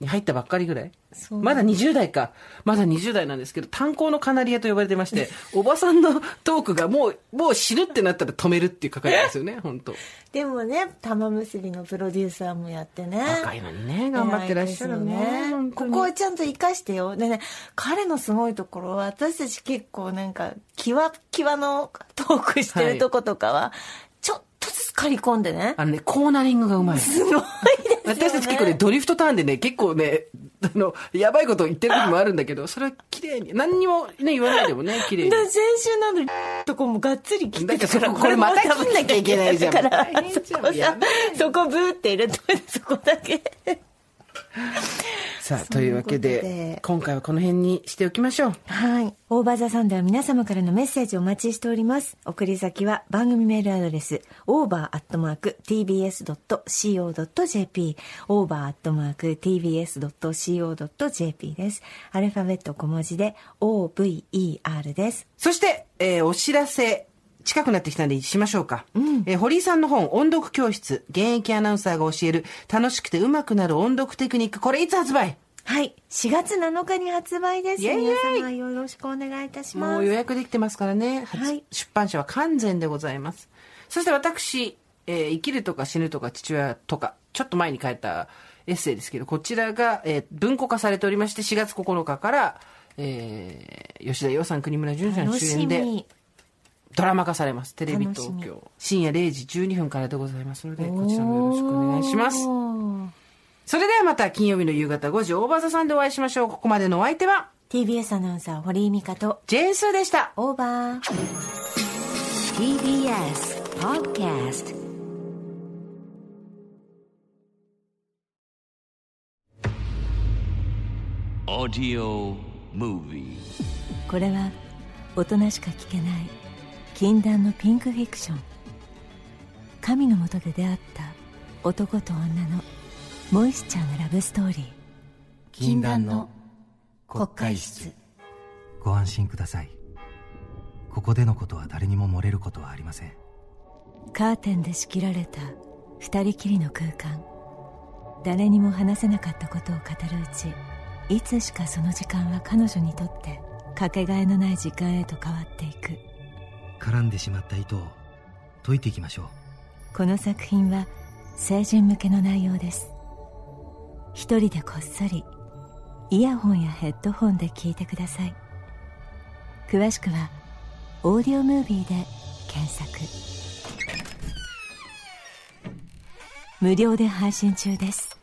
に入ったばっかりぐらい
そう
まだ20代かまだ20代なんですけど炭鉱のカナリアと呼ばれてまして おばさんのトークがもうもう死ぬってなったら止めるっていう係なんですよね本当
でもね玉結びのプロデューサーもやってね
若いのにね頑張ってらっしゃるね
偉いですよね
本当
こ
に
こをちゃんと生かしてよでね彼のすごいところは私たち結構なんかキワキワのトークしてるとことかは、ちょっとずつ刈り込んでね
あのねコーナリングがうまい
すごいですよね
私たち結構ねドリフトターンでね結構ねあのやばいこと言ってる時もあるんだけどそれは綺麗に何にも、ね、言わないでも ね綺麗に
だから先週なのにとこもがっつり切ってたから
だからそここれまた切んなきゃいけないじゃん
だから
大変じ
そ
ゃん
こ
や
さ
ば
そこブーって入れといてそこだけ
さあというわけで
そういうことで
今回はこの辺にしておきましょう
はい。オーバーザサンでは皆様からのメッセージをお待ちしております。送り先は番組メールアドレス、over.tbs.co.jp、over.tbs.co.jp です。アルファベット小文字で over です。
そして、えーお知らせ。近くなってきたんでしましょうか。えー堀井さんの本、音読教室。現役アナウンサーが教える、楽しくて上手くなる音読テクニック。これいつ発売
はい。4月7日に発売です。
イェイイ
皆
ェイ
様よろしくお願いいたします。
もう予約できてますからね。
は
はいい、出版社は完全でございます。そして私、えー生きるとか死ぬとか父親とか、ちょっと前に書いたエッセイですけど、こちらが、えー文庫化されておりまして、4月9日から、えー吉田洋さん、国村淳さん
楽
主
し
演で、
み。
ドラマ化されます。テレビ東
楽し
京。深夜0時12分からでございますので、こちらもよろしくお願いします。
おー
それではまた金曜日の夕方5時、オーバーザさんでお会いしましょう。ここまでのお相手は、
TBS アナウンサー、堀井美香と、
ジェーンスーでした。
オーバー。
TBS Podcast
Audio Movie.
これは大人しか聞けない禁断のピンクフィクション神のもとで出会った男と女のモイスチャーなラブストーリー
禁断の国会室ご安心くださいここでのことは誰にも漏れることはありません
カーテンで仕切られた二人きりの空間誰にも話せなかったことを語るうちいつしかその時間は彼女にとってかけがえのない時間へと変わっていく
絡んでしまった糸を解いていきましょう
この作品は成人向けの内容です一人でこっそりイヤホンやヘッドホンで聞いてください詳しくは「オーディオムービー」で検索無料で配信中です